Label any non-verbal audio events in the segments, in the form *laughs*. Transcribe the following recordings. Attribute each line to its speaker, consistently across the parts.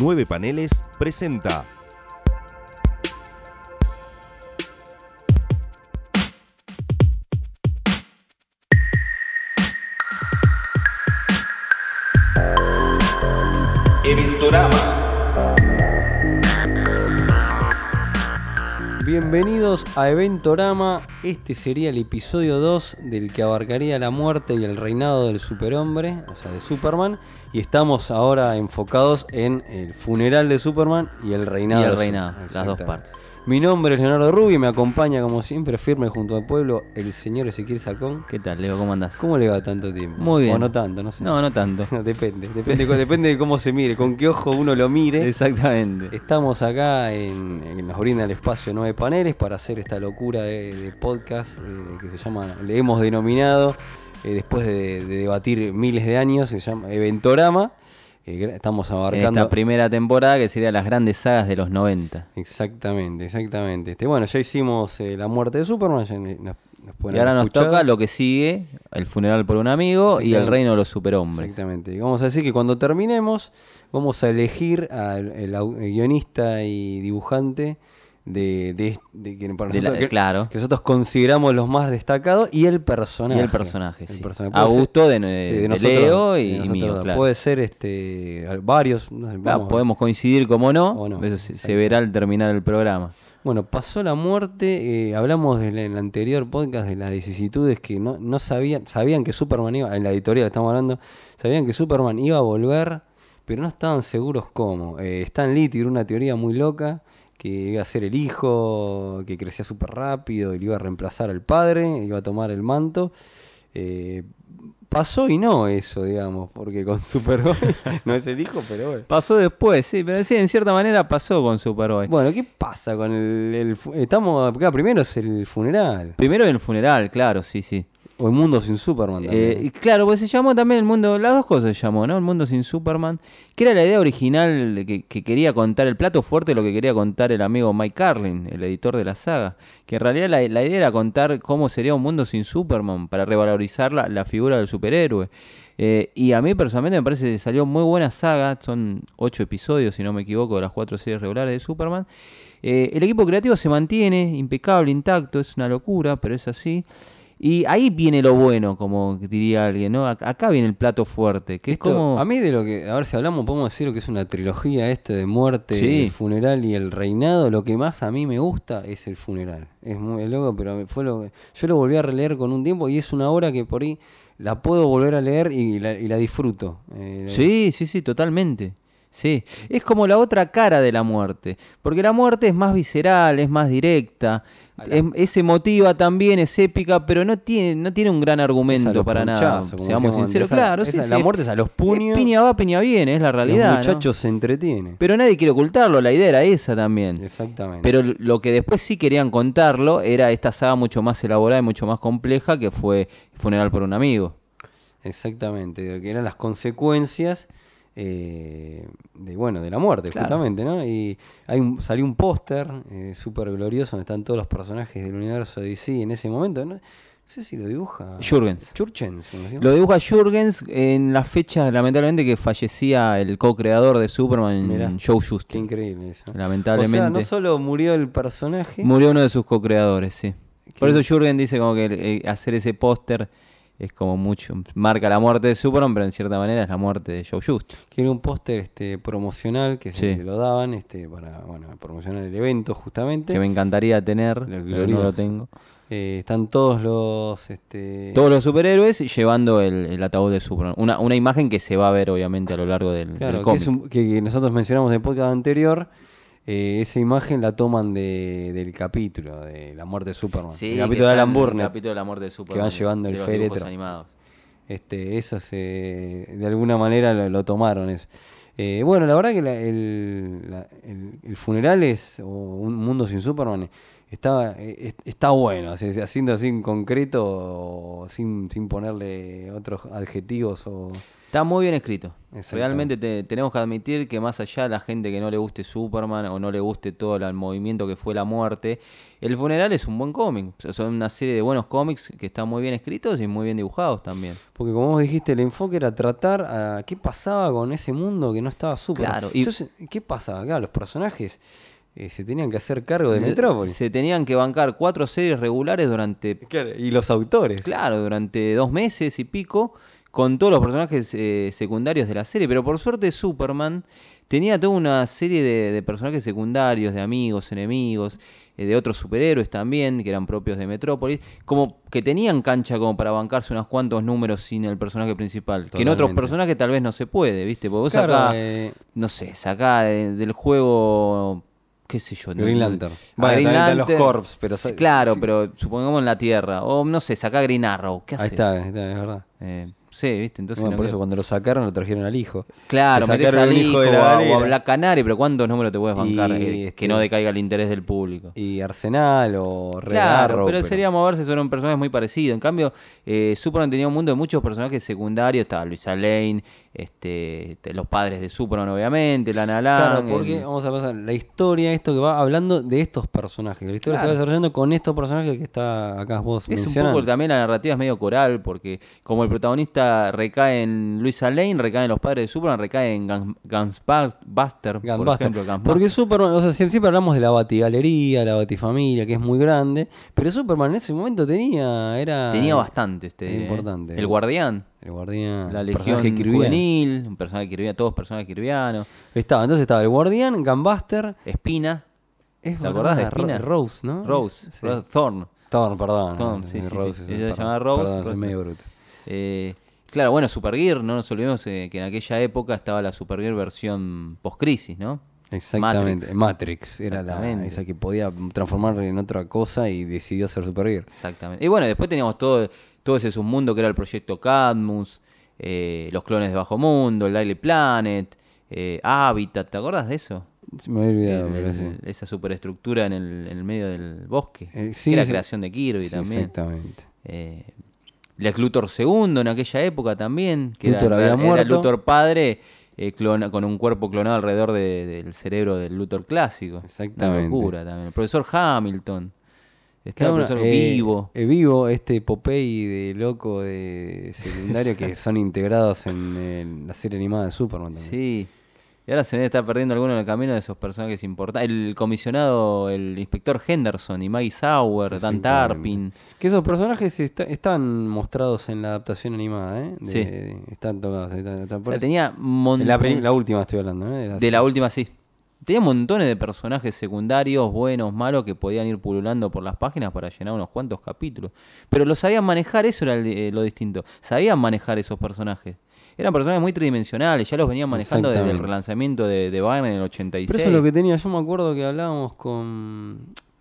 Speaker 1: Nueve Paneles presenta.
Speaker 2: Eventorama.
Speaker 3: Bienvenidos a Eventorama, este sería el episodio 2 del que abarcaría la muerte y el reinado del superhombre, o sea, de Superman, y estamos ahora enfocados en el funeral de Superman y el reinado.
Speaker 4: Y el
Speaker 3: de Su-
Speaker 4: reinado, las dos
Speaker 3: Exactamente.
Speaker 4: partes.
Speaker 3: Mi nombre es Leonardo Rubio, me acompaña como siempre firme junto al pueblo el señor Ezequiel Sacón.
Speaker 4: ¿Qué tal, Leo? ¿Cómo andás?
Speaker 3: ¿Cómo le va tanto tiempo?
Speaker 4: Muy bien.
Speaker 3: O no tanto, no sé.
Speaker 4: No, no tanto.
Speaker 3: *laughs* depende, depende, depende de cómo se mire, con qué ojo uno lo mire.
Speaker 4: Exactamente.
Speaker 3: Estamos acá en, en- nos brinda el espacio Nueve Paneles para hacer esta locura de, de podcast eh, que se llama, le hemos denominado, eh, después de, de debatir miles de años, que se llama Eventorama. Eh, gra- estamos
Speaker 4: En
Speaker 3: abarcando.
Speaker 4: esta primera temporada que sería las grandes sagas de los 90.
Speaker 3: Exactamente, exactamente. Este, bueno, ya hicimos eh, la muerte de Superman, ya ne- nos, nos pueden
Speaker 4: Y ahora
Speaker 3: haber
Speaker 4: nos
Speaker 3: escuchado.
Speaker 4: toca lo que sigue, el funeral por un amigo y el
Speaker 3: Exactamente.
Speaker 4: reino de los superhombres.
Speaker 3: Exactamente. Y Vamos a decir que cuando terminemos, vamos a elegir al el au- el guionista y dibujante de, de- de quien para
Speaker 4: De la-
Speaker 3: nosotros, que,
Speaker 4: claro.
Speaker 3: que nosotros consideramos los más destacados y el personaje.
Speaker 4: Y el personaje, sí.
Speaker 3: personaje.
Speaker 4: A
Speaker 3: Puede
Speaker 4: gusto de-
Speaker 3: ser-
Speaker 4: de-
Speaker 3: sí,
Speaker 4: de
Speaker 3: nosotros,
Speaker 4: Leo y-
Speaker 3: de
Speaker 4: y
Speaker 3: nosotros
Speaker 4: mío,
Speaker 3: dos.
Speaker 4: claro.
Speaker 3: Puede ser este al- varios. no sé,
Speaker 4: Ah,
Speaker 3: vamos a ver.
Speaker 4: podemos coincidir como no,
Speaker 3: O no,
Speaker 4: eso se, se
Speaker 3: exacto.
Speaker 4: verá al terminar el programa.
Speaker 3: Bueno, pasó la muerte. eh, hablamos de la- en el anterior podcast de las vicisitudes que no, no sabían. Sabían que Superman iba. En la editorial estamos hablando. Sabían que Superman iba a volver, pero no estaban seguros cómo. Eh, Stan Lee tiró una teoría muy loca. Que iba a ser el hijo, que crecía súper rápido, y le iba a reemplazar al padre, iba a tomar el manto. Eh, pasó y no eso, digamos, porque con *laughs* Superman no es el hijo, pero bueno.
Speaker 4: Pasó después, sí, pero sí, en cierta manera pasó con Superboy.
Speaker 3: Bueno, ¿qué pasa con el, el fu- estamos acá primero es el funeral
Speaker 4: Primero el funeral, claro, sí, sí.
Speaker 3: o el mundo sin Superman también.
Speaker 4: Eh, y claro, pues se llamó también el mundo, las dos cosas se llamó, ¿no? El mundo sin Superman, que era la idea original de que, que quería contar, el plato fuerte de lo que quería contar el amigo Mike Carlin, el editor de la saga, que en realidad la, la idea era contar cómo sería un mundo sin Superman, para revalorizar la, la figura del superhéroe. Eh, y a mí personalmente me parece que salió muy buena saga, son ocho episodios, si no me equivoco, de las cuatro series regulares de Superman. Eh, el equipo creativo se mantiene impecable, intacto, es una locura, pero es así. Y ahí viene lo bueno, como diría alguien, ¿no? Ac- Acá viene el plato fuerte, que
Speaker 3: Esto,
Speaker 4: es como...
Speaker 3: A mí de lo que, a ver si hablamos, podemos decir lo que es una trilogía este de muerte,
Speaker 4: Sí.
Speaker 3: el funeral y el reinado. Lo que más a mí me gusta es el funeral. Es muy loco, pero me- fue lo que- yo lo volví a releer con un tiempo y es una obra que por ahí la puedo volver a leer y la, y la disfruto. Eh, la-
Speaker 4: Sí, sí, sí, totalmente. Sí, es como la otra cara de la muerte, porque la muerte es más visceral, es más directa, es, es emotiva también, es épica, pero no tiene, no tiene un gran
Speaker 3: es a
Speaker 4: argumento
Speaker 3: los
Speaker 4: para nada.
Speaker 3: ponchazos, como
Speaker 4: Seamos
Speaker 3: decíamos
Speaker 4: sinceros,
Speaker 3: antes, esa-
Speaker 4: claro, sí,
Speaker 3: esa-
Speaker 4: sí,
Speaker 3: la
Speaker 4: es-
Speaker 3: muerte es a los puños.
Speaker 4: es Piña va, piña viene, es la realidad. ¿no?
Speaker 3: los muchachos se entretienen.
Speaker 4: Pero nadie quiere ocultarlo, la idea era esa también.
Speaker 3: Exactamente.
Speaker 4: Pero lo que después sí querían contarlo era esta saga mucho más elaborada y mucho más compleja que fue Funeral por un amigo.
Speaker 3: Exactamente, de que eran las consecuencias eh, de bueno de la muerte,
Speaker 4: Claro.
Speaker 3: justamente, ¿no? Y hay un- salió un póster eh, súper glorioso donde están todos los personajes del universo de DC en ese momento. No, No sé si lo dibuja.
Speaker 4: Jurgens.
Speaker 3: Jurgens, como decimos.
Speaker 4: Lo dibuja Jurgens en la fecha, lamentablemente, que fallecía el co-creador de Superman,
Speaker 3: Mirá.
Speaker 4: Joe
Speaker 3: Qué
Speaker 4: Justin.
Speaker 3: increíble eso.
Speaker 4: Lamentablemente.
Speaker 3: O sea, no solo murió el personaje.
Speaker 4: Murió uno de sus co-creadores, sí. Por
Speaker 3: Qué-
Speaker 4: eso Jurgen dice como que eh, hacer ese póster es como mucho. Marca la muerte de Superman, pero en cierta manera es la muerte de Joe Justin.
Speaker 3: que era un póster este promocional que se
Speaker 4: Sí.
Speaker 3: lo daban este para bueno, promocionar el evento justamente.
Speaker 4: Que me encantaría tener,
Speaker 3: Lo
Speaker 4: pero no
Speaker 3: glorioso.
Speaker 4: lo tengo.
Speaker 3: Eh, están todos los este
Speaker 4: Eh, Todos los superhéroes llevando el, el ataúd de Superman. Una, una imagen que se va a ver, obviamente, a lo largo del, del
Speaker 3: Claro, que,
Speaker 4: cómic.
Speaker 3: es un- que- que nosotros mencionamos en el podcast anterior. eh, esa imagen la toman de- del capítulo de la muerte de Superman. el capítulo de Alan Burnet.
Speaker 4: El capítulo de la muerte de Superman.
Speaker 3: van llevando
Speaker 4: de
Speaker 3: el
Speaker 4: los dibujos
Speaker 3: féretro.
Speaker 4: animados.
Speaker 3: Este, eso se, de alguna manera lo, lo tomaron. eso. Eh, bueno, la verdad que la- el, la- el- el funeral es, o un mundo sin Superman, está, eh, es- está bueno, así- haciendo así en concreto, o sin, sin ponerle otros adjetivos o
Speaker 4: Está muy bien escrito.
Speaker 3: Exactamente.
Speaker 4: Realmente te- tenemos que admitir que más allá de la gente que no le guste Superman o no le guste todo la- el movimiento que fue la muerte, el funeral es un buen cómic. O sea, Son una serie de buenos cómics que están muy bien escritos y muy bien dibujados también.
Speaker 3: Porque como vos dijiste, el enfoque era tratar a qué pasaba con ese mundo que no estaba súper.
Speaker 4: Claro, y-
Speaker 3: Entonces, ¿qué pasaba? Claro, los personajes eh, se tenían que hacer cargo de Metrópolis.
Speaker 4: Se tenían que bancar cuatro series regulares durante
Speaker 3: Claro, y los autores.
Speaker 4: Claro, durante dos meses y pico, con todos los personajes eh, secundarios de la serie. Pero por suerte, Superman tenía toda una serie de, de personajes secundarios, de amigos, enemigos, eh, de otros superhéroes también, que eran propios de Metrópolis, como que tenían cancha como para bancarse unos cuantos números sin el personaje principal. Que en otros
Speaker 3: Totalmente.
Speaker 4: personajes tal vez no se puede, ¿viste? Porque vos
Speaker 3: Claro,
Speaker 4: acá,
Speaker 3: eh,
Speaker 4: no sé, sacá de- del juego. ¿Qué sé yo? no-
Speaker 3: Green
Speaker 4: no-
Speaker 3: Lantern.
Speaker 4: a
Speaker 3: Bueno,
Speaker 4: Green
Speaker 3: también están los
Speaker 4: Lantern.
Speaker 3: Corps, pero
Speaker 4: Sí,
Speaker 3: sa-
Speaker 4: Claro,
Speaker 3: sí.
Speaker 4: pero supongamos en la Tierra. O no sé, sacá Green Arrow. ¿Qué
Speaker 3: ahí
Speaker 4: haces?
Speaker 3: está, ahí está, es verdad.
Speaker 4: Eh, sí, ¿viste? Entonces.
Speaker 3: Bueno,
Speaker 4: no
Speaker 3: por
Speaker 4: creo-
Speaker 3: eso cuando lo sacaron lo trajeron al hijo.
Speaker 4: Claro,
Speaker 3: Le
Speaker 4: metés
Speaker 3: sacaron
Speaker 4: al
Speaker 3: un
Speaker 4: hijo
Speaker 3: de
Speaker 4: o
Speaker 3: la
Speaker 4: a, o
Speaker 3: galera.
Speaker 4: a Black Canary, pero ¿cuántos números te puedes bancar eh,
Speaker 3: Y,
Speaker 4: que-
Speaker 3: este,
Speaker 4: que no decaiga el interés del público?
Speaker 3: Y Arsenal o Red
Speaker 4: Claro,
Speaker 3: Arrow,
Speaker 4: pero sería moverse sobre un personaje muy parecido. En cambio, eh, Superman tenía un mundo de muchos personajes secundarios. Estaba Luisa Lane, este, te- los padres de Superman, obviamente, Lana Lang.
Speaker 3: Claro, porque
Speaker 4: el-
Speaker 3: vamos a pasar la historia, esto que va hablando de estos personajes. La historia se va
Speaker 4: Claro.
Speaker 3: desarrollando con estos personajes que está acá vos
Speaker 4: Es un
Speaker 3: mencionando.
Speaker 4: poco también la narrativa es medio coral, porque como el protagonista recae en Luisa Lane, recae en los padres de Superman, recae en Guns- Gunsbuster, por
Speaker 3: Gangbusters.
Speaker 4: ejemplo. Gunsbuster.
Speaker 3: Porque Superman, o sea, siempre, siempre hablamos de la batigalería, la batifamilia, que es muy grande, pero Superman en ese momento tenía, era...
Speaker 4: tenía bastantes, te
Speaker 3: era
Speaker 4: diré, ¿eh?
Speaker 3: importante.
Speaker 4: El Guardián,
Speaker 3: El guardián,
Speaker 4: la
Speaker 3: el
Speaker 4: Legión
Speaker 3: personaje kirviano.
Speaker 4: Juvenil, un personaje kirviano, todos personajes kirvianos,
Speaker 3: Estaba, entonces estaba el guardián, Gambuster,
Speaker 4: Espina,
Speaker 3: es
Speaker 4: ¿te acordás de
Speaker 3: verdad, Ro-
Speaker 4: Espina?
Speaker 3: Rose, ¿no?
Speaker 4: Rose,
Speaker 3: Es- sí.
Speaker 4: Rose Thorne.
Speaker 3: Thorne, perdón.
Speaker 4: Thorne,
Speaker 3: eh,
Speaker 4: sí, sí, sí.
Speaker 3: Rose,
Speaker 4: Ella se
Speaker 3: perdón,
Speaker 4: llama Rose,
Speaker 3: Perdón, soy
Speaker 4: Rose.
Speaker 3: medio bruto.
Speaker 4: Eh, claro, bueno, Supergear, no nos olvidemos eh, que en aquella época estaba la Supergear versión post-crisis, ¿no?
Speaker 3: Exactamente. Matrix,
Speaker 4: Matrix.
Speaker 3: era la
Speaker 4: Exactamente.
Speaker 3: esa que podía transformar en otra cosa y decidió ser Supergirl.
Speaker 4: Exactamente. Y bueno, después teníamos todo, todo ese submundo que era el proyecto Cadmus, eh, los clones de Bajo Mundo, el Daily Planet, eh, Habitat, ¿te acordás de eso?
Speaker 3: Me había olvidado,
Speaker 4: El-
Speaker 3: pero sí.
Speaker 4: el- Esa superestructura en el, en el medio del bosque.
Speaker 3: Eh,
Speaker 4: que
Speaker 3: sí,
Speaker 4: era
Speaker 3: sí.
Speaker 4: creación de Kirby
Speaker 3: Sí,
Speaker 4: también.
Speaker 3: Exactamente.
Speaker 4: Eh, Lex Luthor II en aquella época también. Que
Speaker 3: Luthor
Speaker 4: era,
Speaker 3: había
Speaker 4: era
Speaker 3: muerto.
Speaker 4: Luthor padre eh, clona- con un cuerpo clonado alrededor de- del cerebro del Luthor clásico.
Speaker 3: Exactamente.
Speaker 4: Una locura también. El profesor Hamilton. Estaba
Speaker 3: Claro,
Speaker 4: el profesor
Speaker 3: eh,
Speaker 4: vivo.
Speaker 3: eh, vivo, este Popeye de loco de secundario
Speaker 4: *laughs*
Speaker 3: que son integrados en el- la serie animada de Superman también.
Speaker 4: Sí. Y ahora se me está perdiendo alguno en el camino de esos personajes importantes. El comisionado, el inspector Henderson y Maggie Sauer, Dan
Speaker 3: Exactamente.
Speaker 4: Tarpin.
Speaker 3: Que esos personajes está- están mostrados en la adaptación animada, ¿eh? De-
Speaker 4: Sí.
Speaker 3: Están tocados. están- están
Speaker 4: O
Speaker 3: por
Speaker 4: sea,
Speaker 3: eso.
Speaker 4: tenía
Speaker 3: En la,
Speaker 4: montón-
Speaker 3: peli- la última estoy hablando, ¿eh?
Speaker 4: De la última, sí. Tenía montones de personajes secundarios, buenos, malos, que podían ir pululando por las páginas para llenar unos cuantos capítulos. Pero lo sabían manejar, eso era el di- eh, lo distinto. Sabían manejar esos personajes. Eran personajes muy tridimensionales, ya los venían manejando desde el
Speaker 3: Exactamente.
Speaker 4: relanzamiento de, de Wagner en el 86.
Speaker 3: Pero eso es lo que tenía. Yo me acuerdo que hablábamos con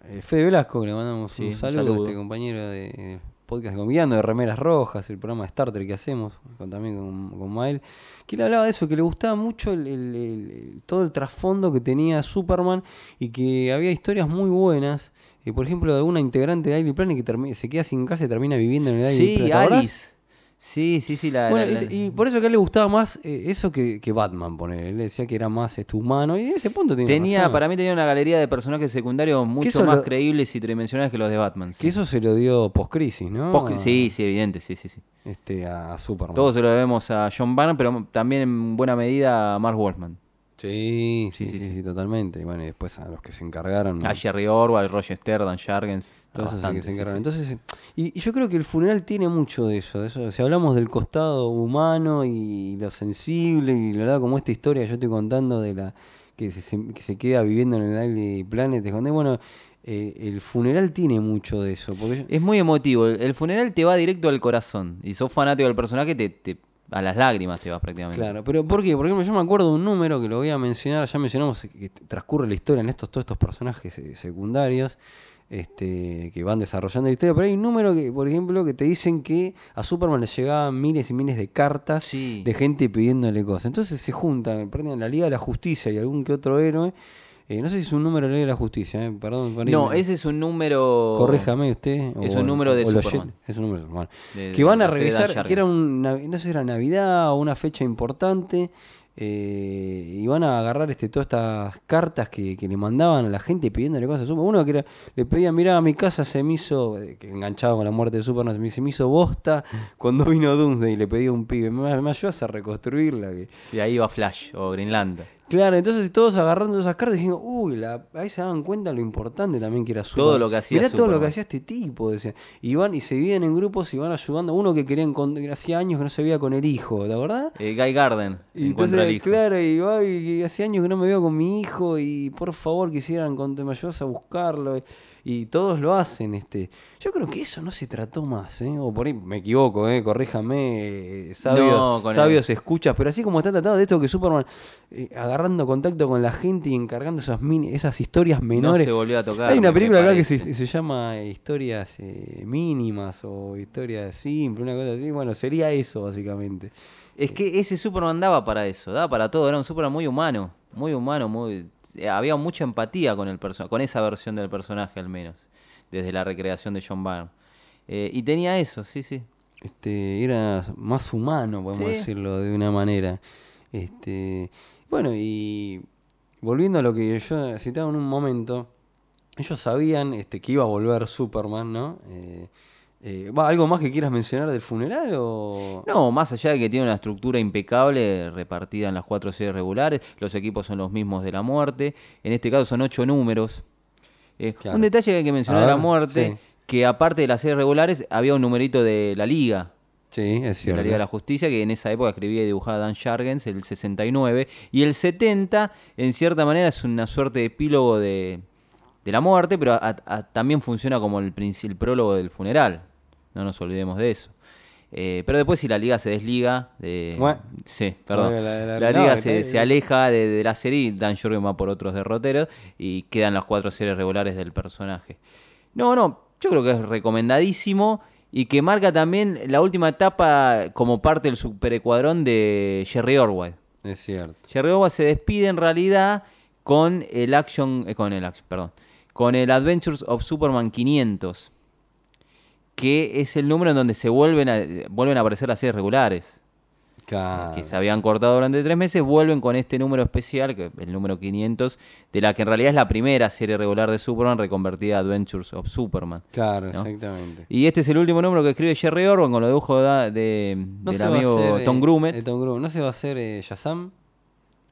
Speaker 3: eh, Fede Velasco, que le mandamos
Speaker 4: Sí,
Speaker 3: un
Speaker 4: un
Speaker 3: saludo,
Speaker 4: saludo.
Speaker 3: este compañero de, de podcast con Guiando, de Remeras Rojas, el programa de Star Trek que hacemos, con- también con, con Mael, que él hablaba de eso, que le gustaba mucho el- el- el- el- todo el trasfondo que tenía Superman y que había historias muy buenas. Eh, por ejemplo, de una integrante de Daily Planet que termi- se queda sin casa y termina viviendo en el Daily
Speaker 4: Sí,
Speaker 3: Planet, ¿te acordás?
Speaker 4: Alice. Sí, sí, sí. La,
Speaker 3: Bueno,
Speaker 4: la- la-
Speaker 3: y, y por eso que a él le gustaba más eh, eso que, que Batman, poner. Él decía que era más este, humano y en ese punto tenía,
Speaker 4: tenía,
Speaker 3: razón.
Speaker 4: para mí tenía una galería de personajes secundarios mucho
Speaker 3: eso
Speaker 4: más
Speaker 3: lo-
Speaker 4: creíbles y tridimensionales que los de Batman. sí.
Speaker 3: Que eso se lo dio post-crisis, ¿no?
Speaker 4: Post- sí, sí, evidente, sí, sí, sí.
Speaker 3: Este, a, a Superman.
Speaker 4: Todos se lo debemos a John Byrne, pero también en buena medida a Mark Wolfman.
Speaker 3: Sí, sí, sí,
Speaker 4: Sí, sí,
Speaker 3: sí, totalmente. Y bueno, y después a los que se encargaron. ¿no?
Speaker 4: A Jerry Orwell, Roger Stern, Dan Jargens. a
Speaker 3: Todos esos que
Speaker 4: bastantes,
Speaker 3: se
Speaker 4: Ah, sí,
Speaker 3: encargaron.
Speaker 4: sí.
Speaker 3: Entonces, eh, y, y yo creo que el funeral tiene mucho de eso, de eso. Si hablamos del costado humano y lo sensible, y la verdad, como esta historia que yo estoy contando de la que se, se- que se queda viviendo en el Daily Planet, te conté, bueno, eh, el funeral tiene mucho de eso. Porque yo-
Speaker 4: Es muy emotivo. El, el funeral te va directo al corazón. Y sos fanático del personaje, te, te- a las lágrimas te vas prácticamente.
Speaker 3: Claro, pero ¿por qué? Por ejemplo, yo me acuerdo de un número que lo voy a mencionar, ya mencionamos que t- transcurre la historia en estos, todos estos personajes eh, secundarios este, que van desarrollando la historia, pero hay un número que, por ejemplo, que te dicen que a Superman le llegaban miles y miles de cartas
Speaker 4: Sí.
Speaker 3: de gente pidiéndole cosas. Entonces se juntan, prenden la Liga de la Justicia y algún que otro héroe. Eh, no sé si es un número de la Liga de la Justicia, eh, perdón. por ahí
Speaker 4: No,
Speaker 3: me-
Speaker 4: ese es un número.
Speaker 3: Corríjame usted.
Speaker 4: es un número de
Speaker 3: o los
Speaker 4: Superman.
Speaker 3: Jet- Es un número de Superman.
Speaker 4: De-
Speaker 3: que van a
Speaker 4: de Dan
Speaker 3: revisar,
Speaker 4: Jarvis.
Speaker 3: que era un, nav- no sé si era Navidad o una fecha importante, eh, y van a agarrar este, todas estas cartas que, que le mandaban a la gente pidiéndole cosas a Superman. Uno que era, le pedía, mirá, a mi casa se me hizo, eh, que enganchado con la muerte de Superman, se me, se me hizo bosta cuando vino Doomsday y le pedía a un pibe, me, me ayudas a reconstruirla. Que...
Speaker 4: Y ahí va Flash o Greenlander.
Speaker 3: Claro, entonces todos agarrando esas cartas dijeron, uy, la, ahí se daban cuenta lo importante también que era Superman.
Speaker 4: lo que hacía
Speaker 3: Mirá todo lo
Speaker 4: Superman.
Speaker 3: que hacía este tipo, decían. Y van y se dividen en grupos y van ayudando. Uno que querían encont- que hacía años que no se veía con el hijo, ¿la verdad?
Speaker 4: Eh, Guy Garden.
Speaker 3: Y
Speaker 4: encuentra
Speaker 3: entonces,
Speaker 4: al hijo.
Speaker 3: claro, y va y, y hace años que no me veo con mi hijo y por favor quisieran cuando me ayudas a buscarlo. eh. Y todos lo hacen, este. Yo creo que eso no se trató más, ¿eh? O por ahí me equivoco, ¿eh? Corríjame, eh, sabios,
Speaker 4: con el-
Speaker 3: sabios escuchas, pero así como está tratado de esto que Superman eh, agarrando contacto con la gente y encargando esas mini, esas historias menores.
Speaker 4: se volvió a tocar,
Speaker 3: Hay
Speaker 4: me-
Speaker 3: una
Speaker 4: me
Speaker 3: película acá que
Speaker 4: parece.
Speaker 3: se, se llama Historias eh, mínimas o historias simples, una cosa así. Bueno, sería eso básicamente.
Speaker 4: Es que ese Superman daba para eso, daba para todo, era un Superman muy humano, muy humano, muy eh, había mucha empatía con el perso- con esa versión del personaje al menos, desde la recreación de John Byrne. Eh, y tenía eso, sí, sí.
Speaker 3: este, era más humano, podemos
Speaker 4: Sí.
Speaker 3: decirlo de una manera. Este, bueno, y volviendo a lo que yo citaba en un momento, ellos sabían este, que iba a volver Superman, ¿no? Eh, eh, va, ¿Algo más que quieras mencionar del funeral? O...
Speaker 4: No, más allá de que tiene una estructura impecable repartida en las cuatro series regulares, los equipos son los mismos de la muerte, en este caso son ocho números. Eh,
Speaker 3: Claro.
Speaker 4: Un detalle que hay que mencionar
Speaker 3: A
Speaker 4: de la
Speaker 3: ver,
Speaker 4: muerte,
Speaker 3: sí.
Speaker 4: que aparte de las series regulares había un numerito de la liga,
Speaker 3: Sí, es
Speaker 4: de la
Speaker 3: cierto.
Speaker 4: Liga de la Justicia, que en esa época escribía y dibujaba Dan Jargens, el 69, y el 70, en cierta manera, es una suerte de epílogo de, de la muerte, pero a- a- también funciona como el, princi- el prólogo del funeral, no nos olvidemos de eso. Eh, pero después si la liga se desliga, de,
Speaker 3: Bueno.
Speaker 4: sí, perdón,
Speaker 3: Bueno,
Speaker 4: la,
Speaker 3: la- la- no,
Speaker 4: liga
Speaker 3: está
Speaker 4: se,
Speaker 3: bien.
Speaker 4: se aleja de, de la serie y Dan Jorgen va por otros derroteros y quedan las cuatro series regulares del personaje. No, no, yo creo que es recomendadísimo y que marca también la última etapa como parte del superecuadrón de Jerry Orwell.
Speaker 3: Es cierto.
Speaker 4: Jerry Orwell se despide en realidad con el action, eh, con el action, perdón, con el Adventures of Superman 500, que es el número en donde se vuelven a, vuelven a aparecer las series regulares
Speaker 3: Claro.
Speaker 4: que se habían cortado durante tres meses, vuelven con este número especial, que el número 500, de la que en realidad es la primera serie regular de Superman reconvertida a Adventures of Superman.
Speaker 3: Claro,
Speaker 4: ¿no?
Speaker 3: exactamente.
Speaker 4: Y este es el último número que escribe Jerry Orwell con los dibujos de, de-
Speaker 3: No
Speaker 4: del
Speaker 3: se va a
Speaker 4: amigo
Speaker 3: hacer, eh,
Speaker 4: Tom Grumet.
Speaker 3: eh, Tom Grumet. ¿No se va a hacer eh, Shazam?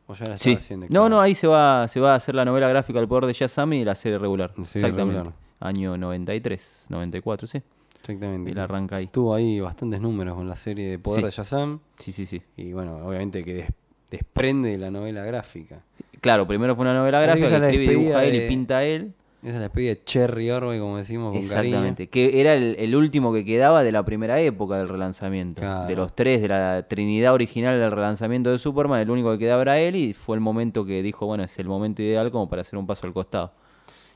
Speaker 3: ¿O ya la
Speaker 4: Sí.
Speaker 3: está haciendo?
Speaker 4: No,
Speaker 3: Claro.
Speaker 4: no, ahí se va, se va a hacer la novela gráfica El poder de Shazam y la serie regular.
Speaker 3: La serie
Speaker 4: Exactamente.
Speaker 3: regular.
Speaker 4: Año 93, 94, sí.
Speaker 3: Exactamente.
Speaker 4: Él arranca ahí.
Speaker 3: Estuvo ahí bastantes números con la serie de Poder
Speaker 4: Sí.
Speaker 3: de Shazam.
Speaker 4: Sí, sí, sí.
Speaker 3: Y bueno, obviamente que des- desprende de la novela gráfica.
Speaker 4: Claro, primero fue una novela
Speaker 3: Así que
Speaker 4: gráfica
Speaker 3: esa
Speaker 4: que
Speaker 3: es la
Speaker 4: escribe y dibuja
Speaker 3: despedida
Speaker 4: él y
Speaker 3: de-
Speaker 4: pinta él.
Speaker 3: Esa es la especie de Cherry Orwell, como decimos, con cariño.
Speaker 4: Exactamente, que era el, el último que quedaba de la primera época del relanzamiento.
Speaker 3: Claro.
Speaker 4: De los tres, de la trinidad original del relanzamiento de Superman, el único que quedaba era él y fue el momento que dijo, bueno, es el momento ideal como para hacer un paso al costado.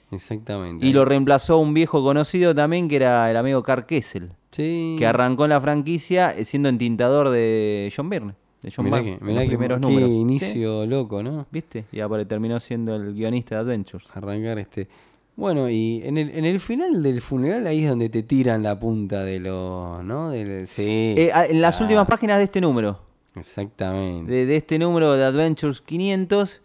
Speaker 3: Exactamente.
Speaker 4: Y lo reemplazó un viejo conocido también que era el amigo Carl Kessel,
Speaker 3: Sí.
Speaker 4: que arrancó en la franquicia eh, siendo entintador de John Byrne, de John
Speaker 3: Mirá que-
Speaker 4: Byrne, en
Speaker 3: mirá
Speaker 4: los
Speaker 3: que-
Speaker 4: primeros
Speaker 3: qué
Speaker 4: números. Sí,
Speaker 3: inicio loco, ¿no?
Speaker 4: ¿Viste? Y apare- terminó siendo el guionista de Adventures.
Speaker 3: Arrancar este. Bueno, y en el, en el final del funeral ahí es donde te tiran la punta de los, ¿no? Del, sí. Ah.
Speaker 4: Eh, a- en las
Speaker 3: claro.
Speaker 4: últimas páginas de este número,
Speaker 3: Exactamente.
Speaker 4: de, de este número de Adventures 500,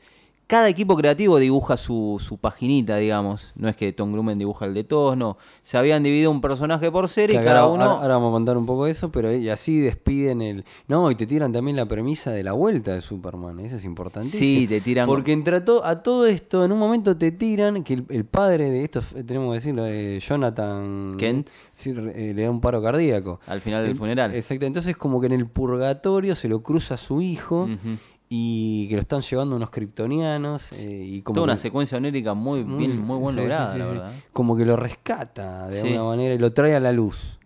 Speaker 4: cada equipo creativo dibuja su, su paginita, digamos. No es que Tom Grumman dibuja el de todos, no. Se habían dividido un personaje por serie y
Speaker 3: Que
Speaker 4: cada
Speaker 3: ahora,
Speaker 4: uno...
Speaker 3: ahora- ahora vamos a contar un poco de eso, pero eh, y así despiden el. No, y te tiran también la premisa de la vuelta de Superman. Eso es importantísimo.
Speaker 4: Sí, te tiran-
Speaker 3: Porque entre a to- a todo esto, en un momento te tiran que el, el padre de esto, eh, tenemos que decirlo, de Jonathan.
Speaker 4: Kent.
Speaker 3: Sí, re- eh, le da un paro cardíaco.
Speaker 4: Al final del
Speaker 3: El-
Speaker 4: funeral.
Speaker 3: Exacto. Entonces, como que en el purgatorio se lo cruza su hijo. Y que lo están llevando unos kryptonianos. eh, y como
Speaker 4: Toda una
Speaker 3: que-
Speaker 4: secuencia onírica muy, bien, muy buen
Speaker 3: sí, sí,
Speaker 4: lograda,
Speaker 3: sí,
Speaker 4: la
Speaker 3: sí.
Speaker 4: verdad.
Speaker 3: Como que lo rescata de
Speaker 4: Sí.
Speaker 3: alguna manera y lo trae a la luz.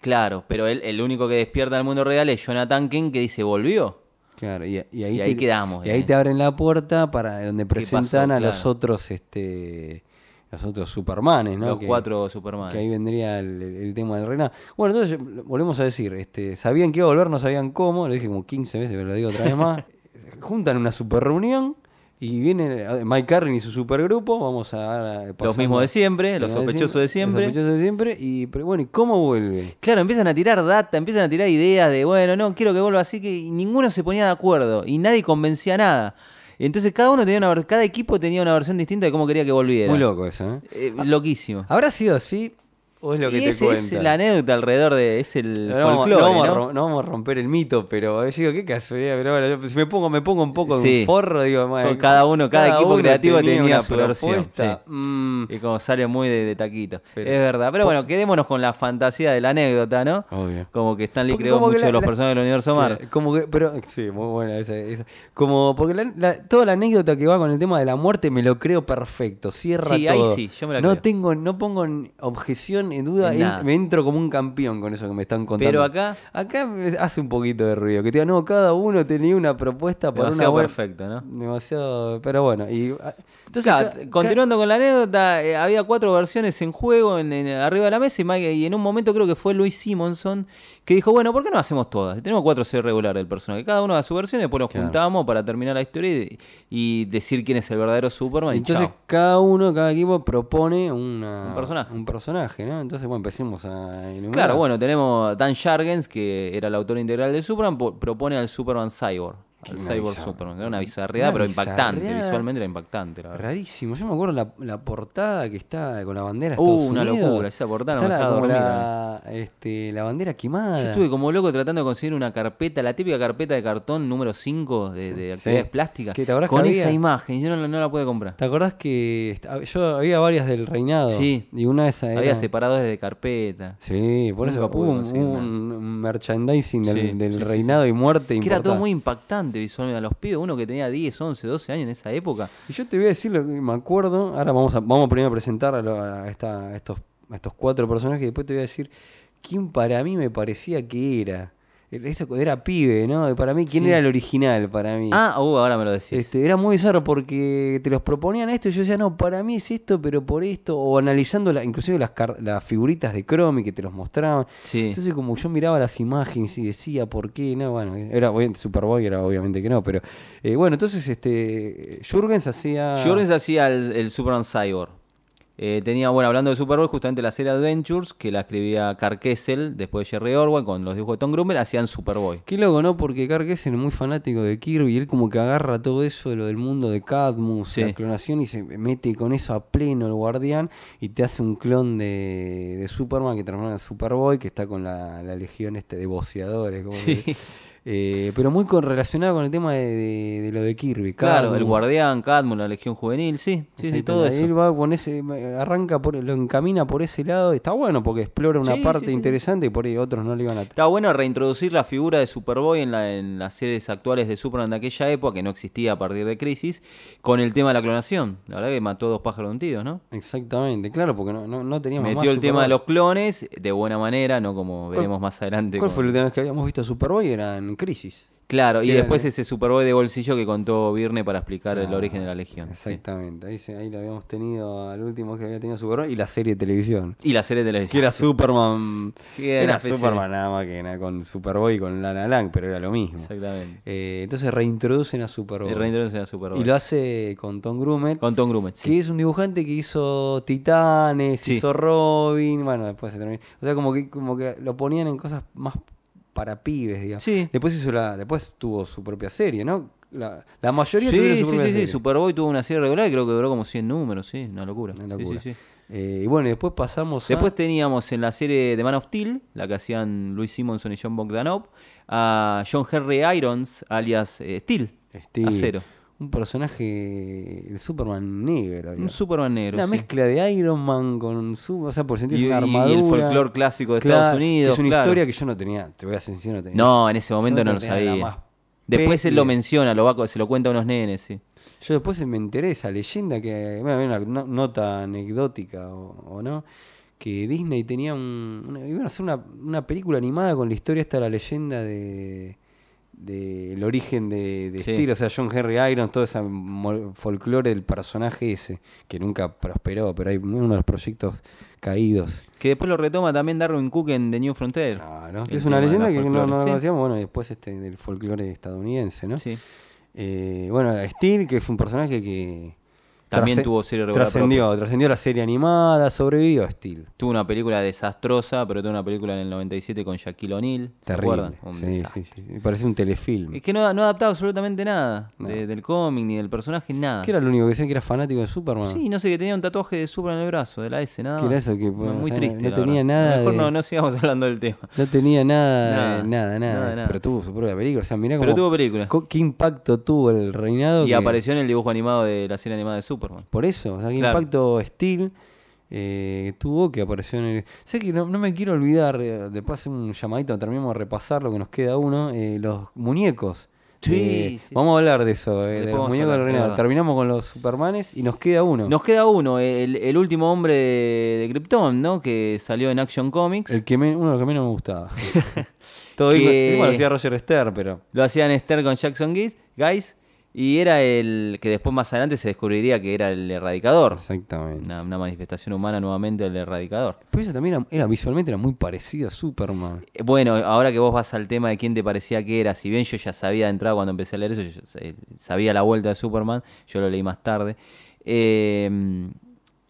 Speaker 4: Claro, pero él- el único que despierta al mundo real es Jonathan Kent que dice volvió.
Speaker 3: Claro, y, y ahí,
Speaker 4: Y
Speaker 3: te,
Speaker 4: ahí quedamos,
Speaker 3: Y ahí
Speaker 4: eh.
Speaker 3: te abren la puerta para donde presentan
Speaker 4: pasó?
Speaker 3: a los
Speaker 4: Claro.
Speaker 3: otros, este, los otros Supermanes, ¿no?
Speaker 4: Los
Speaker 3: Que-
Speaker 4: cuatro Superman.
Speaker 3: Que ahí vendría el, el- el tema del reinado. Bueno, entonces yo- volvemos a decir, este, sabían
Speaker 4: *laughs*
Speaker 3: que iba a volver, no sabían cómo, lo dije como 15 veces, pero lo digo otra vez más. Juntan una super reunión Y viene eh, Mike Carlin y su supergrupo, vamos a... ahora, pasando-
Speaker 4: mismos de siempre, los
Speaker 3: Lo de
Speaker 4: sospechosos de siempre.
Speaker 3: Los sospechosos de siempre, y pero bueno, ¿y cómo vuelve?
Speaker 4: Claro, empiezan a tirar data, empiezan a tirar ideas de, bueno, no, quiero que vuelva así, que y ninguno se ponía de acuerdo y nadie convencía nada. Entonces cada uno tenía una ver- cada equipo tenía una versión distinta de cómo quería que volviera.
Speaker 3: Muy loco eso, ¿eh?
Speaker 4: Eh, loquísimo.
Speaker 3: ¿Habrá sido así o es lo que
Speaker 4: y
Speaker 3: te
Speaker 4: ese es
Speaker 3: cuentan?
Speaker 4: la anécdota alrededor de, es el
Speaker 3: No vamos,
Speaker 4: folclore,
Speaker 3: no vamos a
Speaker 4: ¿no?
Speaker 3: rom- no vamos a romper el mito, pero yo digo, qué casualidad. Pero bueno, yo- si me pongo, me pongo un poco en
Speaker 4: Sí.
Speaker 3: un forro, digo, madre,
Speaker 4: cada uno- cada equipo creativo tenía
Speaker 3: una
Speaker 4: su versión,
Speaker 3: propuesta.
Speaker 4: sí.
Speaker 3: Mm,
Speaker 4: Y como sale muy de, de taquito.
Speaker 3: Pero-
Speaker 4: es verdad. Pero bueno, quedémonos con la fantasía de la anécdota, ¿no?
Speaker 3: Obvio.
Speaker 4: Como que Stanley
Speaker 3: Porque
Speaker 4: creó
Speaker 3: como que
Speaker 4: muchos
Speaker 3: la-
Speaker 4: de los
Speaker 3: la-
Speaker 4: personajes del universo Mar.
Speaker 3: Claro, Como que, pero, sí, muy buena esa. esa. Como, porque la- la- toda la anécdota que va con el tema de la muerte me lo creo perfecto. Cierra
Speaker 4: Sí, ahí
Speaker 3: todo.
Speaker 4: sí, yo me la
Speaker 3: no
Speaker 4: creo.
Speaker 3: tengo, no pongo en objeción, en duda,
Speaker 4: En
Speaker 3: en-
Speaker 4: nada.
Speaker 3: me entro como un campeón con eso que me están contando.
Speaker 4: Pero acá-
Speaker 3: Acá me hace un poquito de ruido. Que te diga, no, cada uno tenía una propuesta para
Speaker 4: Demasiado
Speaker 3: una. buena-
Speaker 4: perfecto, ¿no?
Speaker 3: Demasiado. Pero bueno, y. ah, Entonces,
Speaker 4: Claro,
Speaker 3: ca- ca-
Speaker 4: continuando con la anécdota, eh, había cuatro versiones en juego en, en- arriba de la mesa y, Mike- y en un momento creo que fue Luis Simonson que dijo, bueno, ¿por qué no hacemos todas? Tenemos cuatro series regulares del personaje, cada uno da su versión y después nos
Speaker 3: Claro.
Speaker 4: juntamos para terminar la historia y, y decir quién es el verdadero Superman. y
Speaker 3: Entonces
Speaker 4: chao.
Speaker 3: cada uno, cada equipo propone una-
Speaker 4: Un personaje.
Speaker 3: un personaje, ¿no? Entonces, bueno, empecemos a enumerar.
Speaker 4: Claro, bueno, tenemos Dan Jargens, que era el autor integral de Superman, po- propone al Superman Cyborg.
Speaker 3: Qué
Speaker 4: Al
Speaker 3: una
Speaker 4: Cyborg
Speaker 3: bizarra-
Speaker 4: Superman. Era una bizarreada,
Speaker 3: una
Speaker 4: pero impactante.
Speaker 3: bizarreada.
Speaker 4: Visualmente era impactante, la verdad.
Speaker 3: Rarísimo. Yo me acuerdo la, la portada que está con la bandera de
Speaker 4: Uh,
Speaker 3: Estados
Speaker 4: una
Speaker 3: Unidos.
Speaker 4: locura, esa portada
Speaker 3: Está
Speaker 4: no me
Speaker 3: la-
Speaker 4: dejaba
Speaker 3: como
Speaker 4: dormir, eh.
Speaker 3: la, este, la bandera quemada.
Speaker 4: Yo estuve como loco tratando de conseguir una carpeta, la típica carpeta de cartón número 5 de, de
Speaker 3: Sí.
Speaker 4: actividades plásticas.
Speaker 3: ¿Qué, te acordás
Speaker 4: con
Speaker 3: que
Speaker 4: esa
Speaker 3: había?
Speaker 4: imagen, yo no, la- no la pude comprar.
Speaker 3: ¿Te acordás que esta- yo había varias del reinado?
Speaker 4: Sí.
Speaker 3: Y una de esas era...
Speaker 4: Había separadores de carpeta.
Speaker 3: Sí, por
Speaker 4: Nunca
Speaker 3: eso
Speaker 4: pude
Speaker 3: hubo un,
Speaker 4: conseguir nada.
Speaker 3: un merchandising del,
Speaker 4: Sí,
Speaker 3: del
Speaker 4: sí, sí,
Speaker 3: reinado y muerte
Speaker 4: Que era todo
Speaker 3: importante.
Speaker 4: muy impactante visualmente a los pibes. Uno que tenía 10, 11, 12 años en esa época.
Speaker 3: Y yo te voy a decir lo que me acuerdo. Ahora vamos a, vamos primero a presentar a, lo- a esta- a estos, a estos cuatro personajes y después te voy a decir quién para mí me parecía que era. Era- Eso era pibe, ¿no? Y Para mí, ¿quién
Speaker 4: Sí.
Speaker 3: era el original? Para mí.
Speaker 4: Ah, uh, ahora me lo decís.
Speaker 3: Este, era muy bizarro porque te los proponían esto y yo decía, no, para mí es esto, pero por esto. O analizando la, inclusive las, car- las figuritas de Chromie que te los mostraban.
Speaker 4: sí.
Speaker 3: Entonces, como yo miraba las imágenes y decía por qué, no, bueno, era obviamente Superboy, era obviamente que no, pero eh, bueno, entonces este Jurgens hacía.
Speaker 4: Jorgens hacía el, el Superman Cyborg. Eh, tenía, bueno, hablando de Superboy, justamente la serie Adventures, que la escribía Carl Kessel, después de Jerry Orwell, con los dibujos de Tom Grummer, hacían Superboy.
Speaker 3: Qué loco, ¿no? Porque Clark Kessler es muy fanático de Kirby y él como que agarra todo eso de lo del mundo de Cadmus,
Speaker 4: Sí.
Speaker 3: la clonación y se mete con eso a pleno el guardián y te hace un clon de, de Superman que transforma en Superboy que está con la, la legión este de boceadores. como
Speaker 4: Sí.
Speaker 3: que- Eh, pero muy con- relacionado con el tema de, de- de lo de Kirby.
Speaker 4: Claro, el
Speaker 3: Cadmus,
Speaker 4: Guardián, Cadmus, la Legión Juvenil, sí, sí, sí,
Speaker 3: Exacto,
Speaker 4: todo eso.
Speaker 3: Él va con ese, arranca, por, lo encamina por ese lado. y Está bueno porque explora una
Speaker 4: Sí, sí,
Speaker 3: parte
Speaker 4: sí.
Speaker 3: interesante y por ahí otros no le iban a...
Speaker 4: Está bueno reintroducir la figura de Superboy en, la- en las series actuales de Superman de aquella época, que no existía a partir de Crisis, con el tema de la clonación. La verdad que mató dos pájaros de un tiro, ¿no?
Speaker 3: Exactamente, claro, porque no, no, no teníamos más
Speaker 4: Metió el
Speaker 3: Superman.
Speaker 4: tema de los clones de buena manera, no como veremos más adelante.
Speaker 3: ¿Cuál
Speaker 4: con-
Speaker 3: fue la última vez que habíamos visto a Superboy? Era en Crisis.
Speaker 4: Claro, y
Speaker 3: que era
Speaker 4: después
Speaker 3: el-
Speaker 4: ese Superboy de bolsillo que contó Virne para explicar el
Speaker 3: Ah,
Speaker 4: origen de la Legión. sí.
Speaker 3: Exactamente, ahí, se- ahí lo habíamos tenido al último que había tenido Superboy y la serie de televisión.
Speaker 4: Y la serie de
Speaker 3: Que
Speaker 4: televisión. *laughs*
Speaker 3: era Superman.
Speaker 4: Que era
Speaker 3: era
Speaker 4: una especie
Speaker 3: Superman nada más que nada, con Superboy y con Lana Lang, pero era lo mismo.
Speaker 4: Exactamente.
Speaker 3: Eh, entonces reintroducen a Superboy.
Speaker 4: Y reintroducen a Superboy.
Speaker 3: Y lo hace con Tom Grumet.
Speaker 4: Con Tom Grumet, sí.
Speaker 3: Que es un dibujante que hizo Titanes,
Speaker 4: Sí.
Speaker 3: hizo Robin, bueno, después se terminó. O sea, como que, como que lo ponían en cosas más para pibes, digamos.
Speaker 4: Sí.
Speaker 3: Después hizo la, después tuvo su propia serie, ¿no? La, la mayoría
Speaker 4: Sí,
Speaker 3: tuvieron
Speaker 4: sí,
Speaker 3: su
Speaker 4: sí,
Speaker 3: propia
Speaker 4: sí,
Speaker 3: serie.
Speaker 4: Superboy tuvo una serie regular y creo que duró como 100 números, sí, una locura.
Speaker 3: Una
Speaker 4: Sí,
Speaker 3: locura.
Speaker 4: sí, sí.
Speaker 3: Eh, y bueno, y después pasamos
Speaker 4: Después
Speaker 3: a...
Speaker 4: teníamos en la serie de Man of Steel, la que hacían Luis Simonson y John Bogdanov, a John Henry Irons, alias eh, Steel,
Speaker 3: Steve,
Speaker 4: Acero.
Speaker 3: este, Un personaje, el Superman negro.
Speaker 4: Un
Speaker 3: digamos.
Speaker 4: Superman negro.
Speaker 3: Una
Speaker 4: sí.
Speaker 3: mezcla de Iron Man con su... O sea, por sentirse
Speaker 4: Y-
Speaker 3: una
Speaker 4: y el
Speaker 3: armadura.
Speaker 4: folclore clásico de
Speaker 3: Claro,
Speaker 4: Estados Unidos,
Speaker 3: que es una
Speaker 4: claro.
Speaker 3: historia que yo no tenía, te voy a ser sincero, no tenía.
Speaker 4: No, en ese momento
Speaker 3: Yo
Speaker 4: no lo
Speaker 3: tenía la más
Speaker 4: sabía. Después él lo
Speaker 3: peli.
Speaker 4: menciona, lo va, co- se lo cuenta a unos nenes, sí.
Speaker 3: Yo después me enteré de esa leyenda que, bueno, había una no- nota anecdótica o, o no, que Disney tenía un, una- iban a hacer una, una película animada con la historia esta de la leyenda de del origen de, de
Speaker 4: Sí.
Speaker 3: Steel, o sea, John Henry Irons, todo ese mo- folclore del personaje ese, que nunca prosperó, pero hay uno de los proyectos caídos.
Speaker 4: Que después lo retoma también Darwin Cook en The New Frontier.
Speaker 3: Ah, ¿no?
Speaker 4: El
Speaker 3: Que es una
Speaker 4: tema de
Speaker 3: leyenda
Speaker 4: la
Speaker 3: que no, no la
Speaker 4: folclore, sí.
Speaker 3: conocíamos, bueno, y después este del folclore estadounidense, ¿no?
Speaker 4: Sí.
Speaker 3: Eh, bueno, Steel, que fue un personaje que.
Speaker 4: También
Speaker 3: trasce-
Speaker 4: tuvo serie regular
Speaker 3: Trascendió, trascendió la serie animada, sobrevivió a Steel.
Speaker 4: Tuvo una película desastrosa, pero tuvo una película en el 97 con Shaquille O'Neal. ¿Se
Speaker 3: Terrible.
Speaker 4: acuerdan? Un
Speaker 3: Sí,
Speaker 4: desastre.
Speaker 3: sí, sí, sí. Parecía un telefilm.
Speaker 4: Es que no, no adaptaba absolutamente nada de- del cómic ni del personaje, nada.
Speaker 3: Que era el único que decía que era fanático de Superman.
Speaker 4: Sí, no sé, que tenía un tatuaje de Supra en el brazo, de la S, nada.
Speaker 3: Ah. Que era
Speaker 4: más.
Speaker 3: eso que, bueno,
Speaker 4: muy
Speaker 3: o sea,
Speaker 4: triste.
Speaker 3: no
Speaker 4: la
Speaker 3: tenía
Speaker 4: verdad.
Speaker 3: nada
Speaker 4: Mejor
Speaker 3: de-
Speaker 4: no, no sigamos *laughs* hablando del tema.
Speaker 3: No tenía nada, eh,
Speaker 4: Nada,
Speaker 3: nada, nada,
Speaker 4: nada, nada.
Speaker 3: Pero tuvo su propia película. O sea, mirá
Speaker 4: Pero
Speaker 3: cómo-
Speaker 4: tuvo película.
Speaker 3: co- qué impacto tuvo el reinado.
Speaker 4: Y
Speaker 3: que-
Speaker 4: apareció en el dibujo animado de la serie animada de Superman.
Speaker 3: Por eso, o sea, qué
Speaker 4: Claro.
Speaker 3: impacto Steel eh, tuvo que apareció en el. Sé que no, no me quiero olvidar, eh, después hacer un llamadito, terminamos de repasar lo que nos queda uno, eh, los muñecos.
Speaker 4: Sí,
Speaker 3: Eh,
Speaker 4: sí.
Speaker 3: Vamos a hablar de eso, eh, de
Speaker 4: Después
Speaker 3: los
Speaker 4: vamos a
Speaker 3: muñecos del
Speaker 4: hablar, es
Speaker 3: reinado.
Speaker 4: verdad.
Speaker 3: Terminamos con los Supermanes y nos queda uno.
Speaker 4: Nos queda uno, el, el último hombre de, de Krypton, ¿no? Que salió en Action Comics.
Speaker 3: El que me- uno de los que menos me
Speaker 4: *laughs*
Speaker 3: gustaba. Todo
Speaker 4: Que-
Speaker 3: igual, igual lo hacía Roger Stern, pero.
Speaker 4: Lo hacían Esther con Jackson Guys, Guys. Y era el que después más adelante se descubriría que era el erradicador.
Speaker 3: Exactamente.
Speaker 4: Una, una manifestación humana nuevamente del erradicador.
Speaker 3: Pero eso también era, era- visualmente era muy parecido a Superman.
Speaker 4: Eh, Bueno, ahora que vos vas al tema de quién te parecía que era, si bien yo ya sabía de entrada cuando empecé a leer eso, yo ya sa- eh, sabía la vuelta de Superman, yo lo leí más tarde. eh,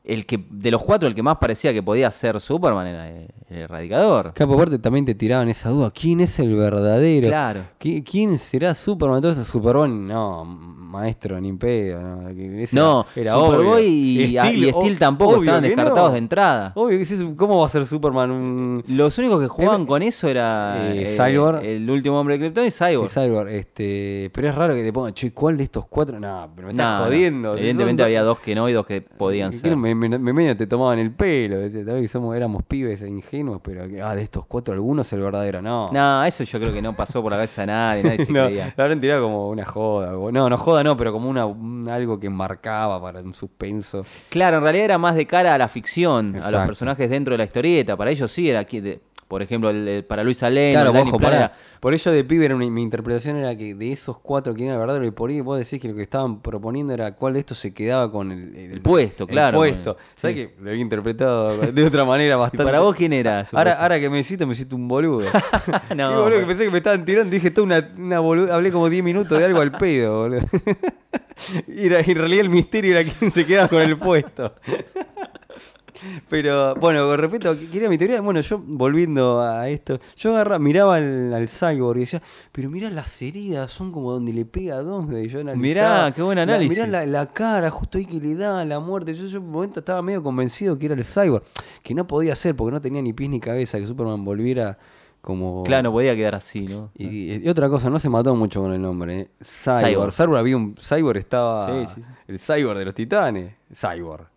Speaker 4: el que de los cuatro, el que más parecía que podía ser Superman era el, el erradicador.
Speaker 3: Capo, aparte también te tiraban esa duda, ¿quién es el verdadero?
Speaker 4: Claro.
Speaker 3: ¿Qui- ¿Quién será Superman? Entonces Superman, no, maestro, ni pedo. No, que ese
Speaker 4: No,
Speaker 3: era- era
Speaker 4: Superboy
Speaker 3: obvio.
Speaker 4: y- y
Speaker 3: o-
Speaker 4: Steel tampoco
Speaker 3: obvio
Speaker 4: estaban
Speaker 3: que no.
Speaker 4: descartados de entrada.
Speaker 3: Obvio que sí, su- ¿cómo va a ser Superman un
Speaker 4: Los únicos que jugaban
Speaker 3: Eh,
Speaker 4: con eso era
Speaker 3: eh, Cyborg.
Speaker 4: el último hombre de Krypton y Cyborg.
Speaker 3: un cyborg? Este, pero es raro que te pongan, che, ¿cuál de estos cuatro? No, pero me estás
Speaker 4: No, no.
Speaker 3: jodiendo. Si
Speaker 4: Evidentemente
Speaker 3: son-
Speaker 4: había dos que no y dos que podían
Speaker 3: que
Speaker 4: ser.
Speaker 3: no, Me, me- me medio te tomaban el pelo, decía, tal vez que somos, éramos pibes e ingenuos, pero que, ah, de estos cuatro alguno es el verdadero, no.
Speaker 4: No, eso yo creo que no pasó por la cabeza de nadie, nadie se
Speaker 3: *laughs* No,
Speaker 4: creía.
Speaker 3: la habrán tirado como una joda. o- No, no joda, no, pero como una, un- algo que marcaba para un suspenso.
Speaker 4: Claro, en realidad era más de cara a la ficción, a los
Speaker 3: Exacto.
Speaker 4: personajes dentro de la historieta. Para ellos sí era, que de- por ejemplo, el- el- para Luisa Lane,
Speaker 3: claro,
Speaker 4: Danny
Speaker 3: ojo,
Speaker 4: Plan
Speaker 3: pará.
Speaker 4: era-
Speaker 3: Por ello de pibe era una- mi interpretación era que de esos cuatro quién era el verdadero y por ahí vos decís que lo que estaban proponiendo era cuál de estos se quedaba con el,
Speaker 4: El puesto, claro,
Speaker 3: puesto.
Speaker 4: con el-
Speaker 3: ¿Sabés que lo había interpretado de otra manera
Speaker 4: *laughs* ¿Y
Speaker 3: bastante. Ah,
Speaker 4: para vos quién era?
Speaker 3: Ahora, ahora que me hiciste, me hiciste un
Speaker 4: *laughs*
Speaker 3: boludo.
Speaker 4: No,
Speaker 3: Qué boludo, que
Speaker 4: bueno.
Speaker 3: pensé que me estaban tirando. Dije toda una, una boludo. Hablé como 10 minutos de algo al pedo, boludo. *laughs* Y era- en realidad el misterio era quién se quedaba con el puesto. Pero bueno, con respecto a que quería mi teoría, bueno, yo volviendo a esto, yo agarra, miraba al, al cyborg y decía, pero mirá las heridas, son como donde le pega a Doomsday. Yo analizaba,
Speaker 4: Mirá, qué buen
Speaker 3: la-
Speaker 4: análisis.
Speaker 3: mirá la, la cara, justo ahí que le da la muerte. Yo, yo en un momento estaba medio convencido que era el cyborg, que no podía ser porque no tenía ni pies ni cabeza que Superman volviera como.
Speaker 4: Claro, no podía quedar así, ¿no?
Speaker 3: Y, y otra cosa, no se mató mucho con el nombre. ¿eh? Cyborg.
Speaker 4: Cyborg.
Speaker 3: cyborg. había un. Cyborg estaba.
Speaker 4: Sí, sí, sí.
Speaker 3: El cyborg de los titanes. Cyborg.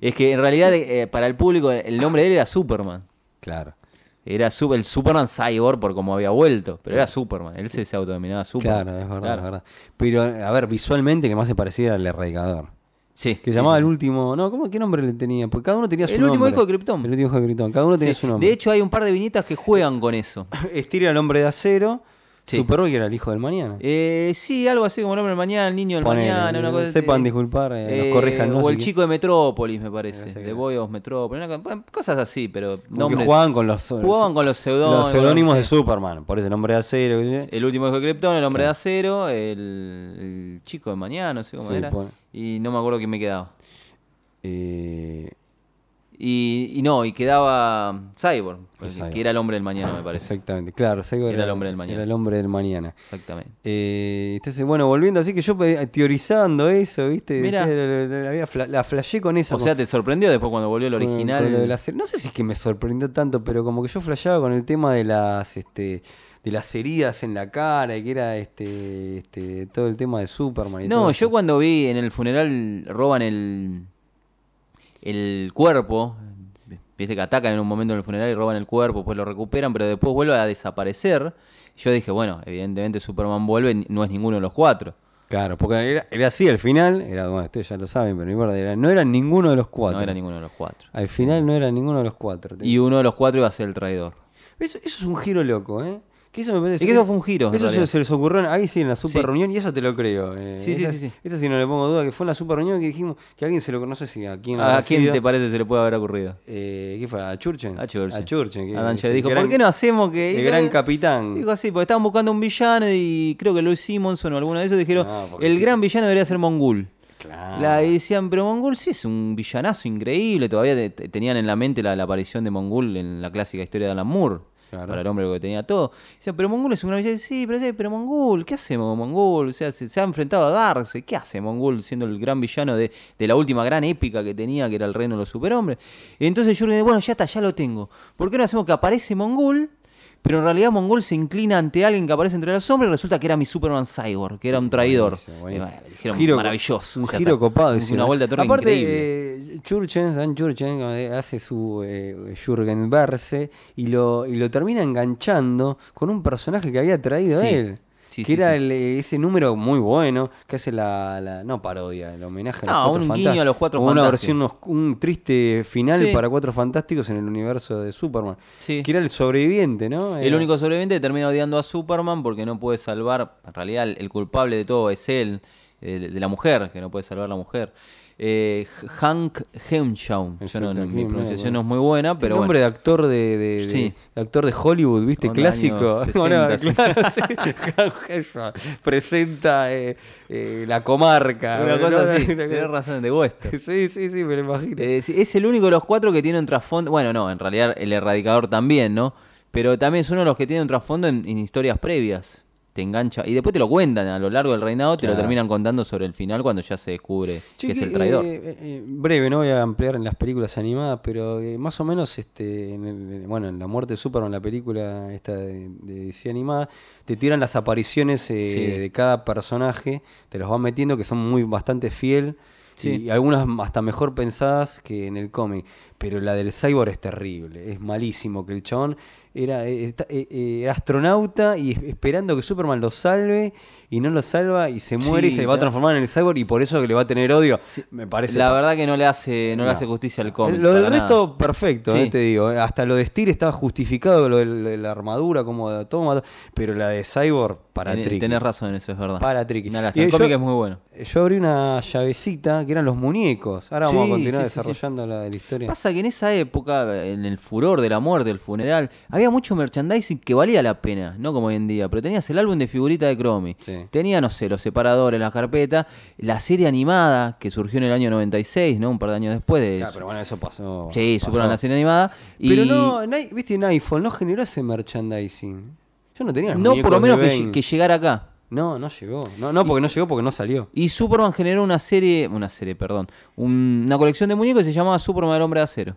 Speaker 4: Es que en realidad eh, para el público el nombre de él era Superman.
Speaker 3: Claro.
Speaker 4: Era su- el Superman Cyborg por cómo había vuelto, pero era Superman. Él se, se autodenominaba Superman.
Speaker 3: Claro, es verdad,
Speaker 4: Claro.
Speaker 3: es verdad. Pero, a ver, visualmente, que más se parecía era el erradicador.
Speaker 4: Sí.
Speaker 3: Que se llamaba el último. No, ¿cómo, ¿qué nombre le tenía? Porque cada uno tenía su
Speaker 4: El
Speaker 3: nombre.
Speaker 4: último hijo de Krypton.
Speaker 3: El último hijo de Krypton. Cada uno
Speaker 4: Sí.
Speaker 3: tenía su nombre.
Speaker 4: De hecho, hay un par de viñetas que juegan con eso.
Speaker 3: *laughs* Estira el hombre de acero.
Speaker 4: Sí.
Speaker 3: Superboy, que era el hijo del mañana.
Speaker 4: Eh, sí, algo así como el hombre del mañana, el niño del
Speaker 3: Ponele, eh,
Speaker 4: mañana, una cosa
Speaker 3: sepan
Speaker 4: así.
Speaker 3: disculpar, eh, nos corrijan, no
Speaker 4: O
Speaker 3: sé
Speaker 4: el
Speaker 3: qué.
Speaker 4: chico de Metrópolis, me parece.
Speaker 3: sé
Speaker 4: De
Speaker 3: qué.
Speaker 4: Boy of Metrópolis, una co- cosas así, pero
Speaker 3: Como que
Speaker 4: nombres-
Speaker 3: jugaban con los,
Speaker 4: jugaban con los pseudónimos.
Speaker 3: los seudónimos de Superman. Por eso el hombre de acero. ¿sí?
Speaker 4: El último hijo de Krypton, el hombre de acero, el, el chico de mañana, no sé cómo
Speaker 3: Sí,
Speaker 4: era.
Speaker 3: pone.
Speaker 4: Y no me acuerdo quién me quedaba.
Speaker 3: Eh,
Speaker 4: Y, y no, y quedaba Cyborg,
Speaker 3: El
Speaker 4: que-
Speaker 3: Cyborg.
Speaker 4: que era el hombre del mañana, me parece.
Speaker 3: exactamente. Claro, Cyborg
Speaker 4: Era el hombre del mañana.
Speaker 3: Era el hombre del mañana.
Speaker 4: Exactamente.
Speaker 3: Eh, entonces, bueno, volviendo así que yo eh, teorizando eso, ¿viste?
Speaker 4: Mirá.
Speaker 3: Decía, la, la- la había fla- la flashé con esa.
Speaker 4: O sea, ¿te sorprendió después cuando volvió el
Speaker 3: con- con
Speaker 4: original?
Speaker 3: lo de la ser- No sé si es que me sorprendió tanto, pero como que yo flasheaba con el tema de las este de las heridas en la cara y que era este, este todo el tema de Superman. y todo
Speaker 4: No,
Speaker 3: eso.
Speaker 4: yo cuando vi en el funeral roban el, el cuerpo, viste que atacan en un momento en el funeral y roban el cuerpo, pues lo recuperan, pero después vuelve a desaparecer. Yo dije, bueno, evidentemente Superman vuelve, ni- no es ninguno de los cuatro.
Speaker 3: Claro, porque era, era así al final, era bueno, ustedes ya lo saben, pero no importa, era- no eran ninguno de los cuatro.
Speaker 4: No era ninguno de los cuatro.
Speaker 3: Al final no era ninguno de los cuatro.
Speaker 4: Y uno de los cuatro iba a ser el traidor.
Speaker 3: Eso, eso es un giro loco, ¿eh? Que eso me parece.
Speaker 4: Y que eso fue un giro, en
Speaker 3: Eso se,
Speaker 4: realidad.
Speaker 3: se les ocurrió ahí sí en la super
Speaker 4: Sí.
Speaker 3: reunión y eso te lo creo. eh,
Speaker 4: Sí, sí,
Speaker 3: esas-
Speaker 4: sí, sí.
Speaker 3: Eso sí no le pongo duda, que fue en la super reunión que dijimos que alguien se lo conoce, si a quién
Speaker 4: ¿A
Speaker 3: habrá
Speaker 4: quién
Speaker 3: sido.
Speaker 4: te parece se le puede haber ocurrido?
Speaker 3: Eh, ¿Qué fue? ¿A Churchen?
Speaker 4: A Churchill.
Speaker 3: A Churchen.
Speaker 4: Adán Che dijo, ¿por qué no hacemos que...?
Speaker 3: El
Speaker 4: y-
Speaker 3: gran capitán.
Speaker 4: Digo así, porque estaban buscando un villano y creo que Louis Simonson o alguno de esos dijeron,
Speaker 3: No, porque-
Speaker 4: el gran villano debería ser Mongul.
Speaker 3: Claro.
Speaker 4: La y decían, pero Mongul sí es un villanazo increíble. Todavía te- te- tenían en la mente la, la aparición de Mongul en la clásica historia de Alan Moore.
Speaker 3: Claro.
Speaker 4: Para el hombre que tenía todo. Decían, pero Mongul es un gran villano. Sí, pero, sí, pero Mongul, ¿qué hacemos Mongul? O sea, se, se ha enfrentado a Darkseid. ¿Qué hace Mongul siendo el gran villano de, de la última gran épica que tenía, que era el reino de los superhombres? Y entonces Jürgen, bueno, ya está, ya lo tengo. ¿Por qué no hacemos que aparece Mongul? Pero en realidad Mongol se inclina ante alguien que aparece entre los hombres y resulta que era mi Superman Cyborg, que era un traidor.
Speaker 3: Buenísimo, buenísimo.
Speaker 4: Y bueno, dijeron,
Speaker 3: Giro-
Speaker 4: maravilloso.
Speaker 3: Un
Speaker 4: ya
Speaker 3: giro
Speaker 4: está.
Speaker 3: copado.
Speaker 4: Una
Speaker 3: decían.
Speaker 4: vuelta de tuerca
Speaker 3: Aparte,
Speaker 4: increíble.
Speaker 3: eh, Churchen, Dan Churchen como de- hace su eh, Jürgen Verse y lo, y lo termina enganchando con un personaje que había traído
Speaker 4: Sí.
Speaker 3: él.
Speaker 4: Sí,
Speaker 3: que
Speaker 4: sí,
Speaker 3: era
Speaker 4: sí.
Speaker 3: el, eh, ese número muy bueno que hace la, la- no parodia, el homenaje a
Speaker 4: No,
Speaker 3: los cuatro
Speaker 4: un guiño
Speaker 3: fantásticos.
Speaker 4: a los Cuatro
Speaker 3: O una
Speaker 4: Fantásticos.
Speaker 3: versión, os- un triste final
Speaker 4: Sí.
Speaker 3: para cuatro fantásticos en el universo de Superman.
Speaker 4: Sí.
Speaker 3: Que era el sobreviviente, ¿no?
Speaker 4: El
Speaker 3: Era-
Speaker 4: único sobreviviente que termina odiando a Superman porque no puede salvar, en realidad el, el culpable de todo es él, eh, de la mujer, que no puede salvar a la mujer. Eh, Hank Henshaw. Yo no-
Speaker 3: Exacto,
Speaker 4: mi
Speaker 3: aquí, mira,
Speaker 4: pronunciación no es muy buena, pero
Speaker 3: nombre
Speaker 4: bueno.
Speaker 3: de actor de, de-
Speaker 4: Sí.
Speaker 3: de- de actor de Hollywood, ¿viste?
Speaker 4: Onda
Speaker 3: Clásico. *laughs*
Speaker 4: años
Speaker 3: Bueno,
Speaker 4: 60,
Speaker 3: claro, sí. *laughs* Hal Hedgehog Presenta eh, eh, la comarca.
Speaker 4: Una
Speaker 3: ¿no?
Speaker 4: cosa así,
Speaker 3: Una cosa-
Speaker 4: tenés razón, de Wester.
Speaker 3: Sí, sí, sí, me lo imagino.
Speaker 4: Eh, sí, es el único de los cuatro que tiene un trasfondo. Bueno, no, en realidad el erradicador también, ¿no? Pero también es uno de los que tiene un trasfondo en, en historias previas. Te engancha. Y después te lo cuentan a lo largo del reinado, te lo
Speaker 3: Claro.
Speaker 4: terminan contando sobre el final cuando ya se descubre
Speaker 3: Che,
Speaker 4: que es
Speaker 3: que,
Speaker 4: el traidor.
Speaker 3: eh, eh, eh, breve, no voy a ampliar en las películas animadas, pero eh, más o menos, este, en el- bueno, en la muerte de Superman, la película esta de, de DC animada, te tiran las apariciones eh,
Speaker 4: Sí.
Speaker 3: de cada personaje, te los van metiendo, que son muy bastante fiel.
Speaker 4: Sí.
Speaker 3: Y algunas hasta mejor pensadas que en el cómic. Pero la del cyborg es terrible. Es malísimo. Que el chabón era, eh, está- eh, eh, era astronauta y es- esperando que Superman lo salve. Y no lo salva y se muere y
Speaker 4: Sí,
Speaker 3: se va a
Speaker 4: la-
Speaker 3: transformar en el cyborg. Y por eso que le va a tener odio. Me parece.
Speaker 4: La
Speaker 3: pa-
Speaker 4: verdad que no le hace, no le
Speaker 3: No.
Speaker 4: hace justicia al cómic.
Speaker 3: Lo del
Speaker 4: para
Speaker 3: resto,
Speaker 4: nada.
Speaker 3: perfecto, eh,
Speaker 4: Sí.
Speaker 3: te digo. eh, Hasta lo de Steel estaba justificado, lo de la- la armadura, como de toma. Pero la de Cyborg, para
Speaker 4: Ten-
Speaker 3: tricky.
Speaker 4: Tenés razón en eso, es verdad.
Speaker 3: Para tricky.
Speaker 4: Una lástima.
Speaker 3: Y
Speaker 4: el
Speaker 3: yo-
Speaker 4: cómic es muy bueno.
Speaker 3: Yo abrí una llavecita que eran los muñecos. Ahora vamos
Speaker 4: Sí,
Speaker 3: a continuar
Speaker 4: sí, sí, sí.
Speaker 3: desarrollando la de la historia.
Speaker 4: Pasa que en esa época, en el furor de la muerte, el funeral, había mucho merchandising que valía la pena, no como hoy en día, pero tenías el álbum de figuritas de Cromi,
Speaker 3: Sí.
Speaker 4: tenía, no sé, los separadores, las carpetas, la serie animada que surgió en el año 96, ¿no? Un par de años después de
Speaker 3: Claro, Ah, pero bueno, eso pasó.
Speaker 4: Sí,
Speaker 3: pasó.
Speaker 4: superaron la serie animada. Y
Speaker 3: Pero no, Ni- viste, en iPhone no generó ese merchandising. Yo no tenía los
Speaker 4: no, por
Speaker 3: muñecos
Speaker 4: lo menos
Speaker 3: de
Speaker 4: que, lle-
Speaker 3: Bane.
Speaker 4: que llegara acá.
Speaker 3: No, no llegó. No, no, porque no llegó porque no salió.
Speaker 4: Y Superman generó una serie, una serie, perdón, un- una colección de muñecos que se llamaba Superman el Hombre de Acero.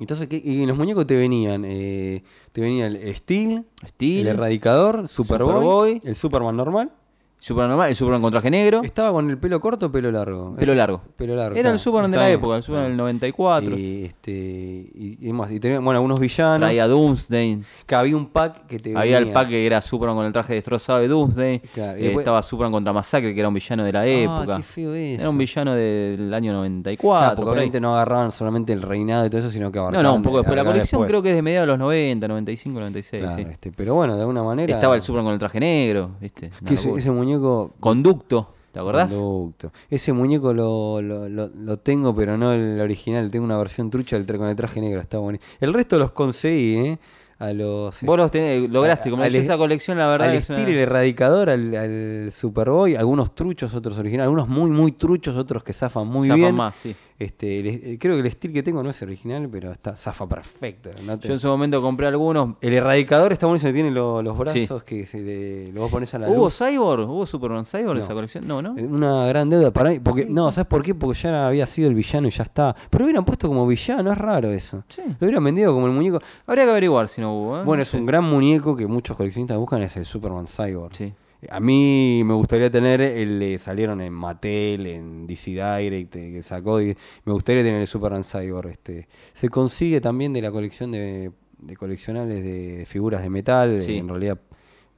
Speaker 3: Entonces, ¿qué- y los muñecos te venían. eh, te venía el Steel,
Speaker 4: Steel.
Speaker 3: el Erradicador, Superboy,
Speaker 4: Superboy.
Speaker 3: el Superman normal.
Speaker 4: Superman normal, el Superman con traje negro,
Speaker 3: Estaba con el pelo corto, pelo largo.
Speaker 4: pelo largo.
Speaker 3: Pelo largo.
Speaker 4: Era
Speaker 3: claro.
Speaker 4: el Superman de la
Speaker 3: Estaba-
Speaker 4: época, el Superman del
Speaker 3: claro.
Speaker 4: 94.
Speaker 3: Y, este, y, y más, y tenía, bueno, algunos villanos.
Speaker 4: Traía Doomsday.
Speaker 3: Que había un pack que te
Speaker 4: Había el
Speaker 3: venía.
Speaker 4: pack que era Superman con el traje destrozado de Doomsday.
Speaker 3: Claro, y
Speaker 4: Eh,
Speaker 3: después- Ah,
Speaker 4: Estaba Superman contra Masacre, que era un villano de la época.
Speaker 3: qué feo eso.
Speaker 4: Era un villano del año 94.
Speaker 3: Claro, porque
Speaker 4: por ahí.
Speaker 3: obviamente no agarraban solamente el reinado y todo eso, sino que
Speaker 4: no,
Speaker 3: abarcaban.
Speaker 4: no, un poco después. La
Speaker 3: abarcaban
Speaker 4: colección
Speaker 3: después.
Speaker 4: creo que es de mediados de los 90, 95, 96.
Speaker 3: Claro,
Speaker 4: sí.
Speaker 3: este, pero bueno, de alguna manera.
Speaker 4: Estaba el Superman con el traje negro, ¿viste? Una
Speaker 3: que ese,
Speaker 4: locura.
Speaker 3: ese muñeco.
Speaker 4: Conducto, ¿te acordás?
Speaker 3: Conducto. Ese muñeco lo, lo, lo- lo tengo, pero no el original. Tengo una versión trucha del tra- con el traje negro. Está bueno. El resto los conseguí, ¿eh? A los.
Speaker 4: Vos los tenés, lograste. Como
Speaker 3: Al-
Speaker 4: decís, esa colección, la verdad.
Speaker 3: Al
Speaker 4: es una-
Speaker 3: Steel, el erradicador, al, al Superboy, algunos truchos, otros originales. Algunos muy, muy truchos, otros que zafan muy
Speaker 4: Zafan
Speaker 3: bien.
Speaker 4: más, sí.
Speaker 3: Este, el- eh, creo que el Steel que tengo no es original, pero está zafa perfecto. no te-
Speaker 4: Yo en su momento compré algunos.
Speaker 3: El erradicador está buenísimo, tiene lo- los
Speaker 4: Sí.
Speaker 3: brazos que se le, lo vos pones a la
Speaker 4: ¿Hubo
Speaker 3: luz.
Speaker 4: Cyborg? ¿Hubo Superman Cyborg en
Speaker 3: No.
Speaker 4: esa colección? No, ¿no?
Speaker 3: Eh, Una gran deuda para mí. Porque, no, ¿sabes por qué? Porque ya había sido el villano y ya está. Pero lo hubieran puesto como villano, es raro eso.
Speaker 4: Sí.
Speaker 3: Lo hubieran vendido como el muñeco.
Speaker 4: Habría que averiguar si no hubo. ¿eh?
Speaker 3: Bueno,
Speaker 4: No
Speaker 3: es
Speaker 4: sé.
Speaker 3: un gran muñeco que muchos coleccionistas buscan, es el Superman Cyborg.
Speaker 4: Sí.
Speaker 3: A mí me gustaría tener el de salieron en Mattel, en DC Direct, eh, que sacó. y me gustaría tener el Superman Cyborg. Este. Se consigue también de la colección de, de coleccionables de figuras de metal,
Speaker 4: Sí.
Speaker 3: en realidad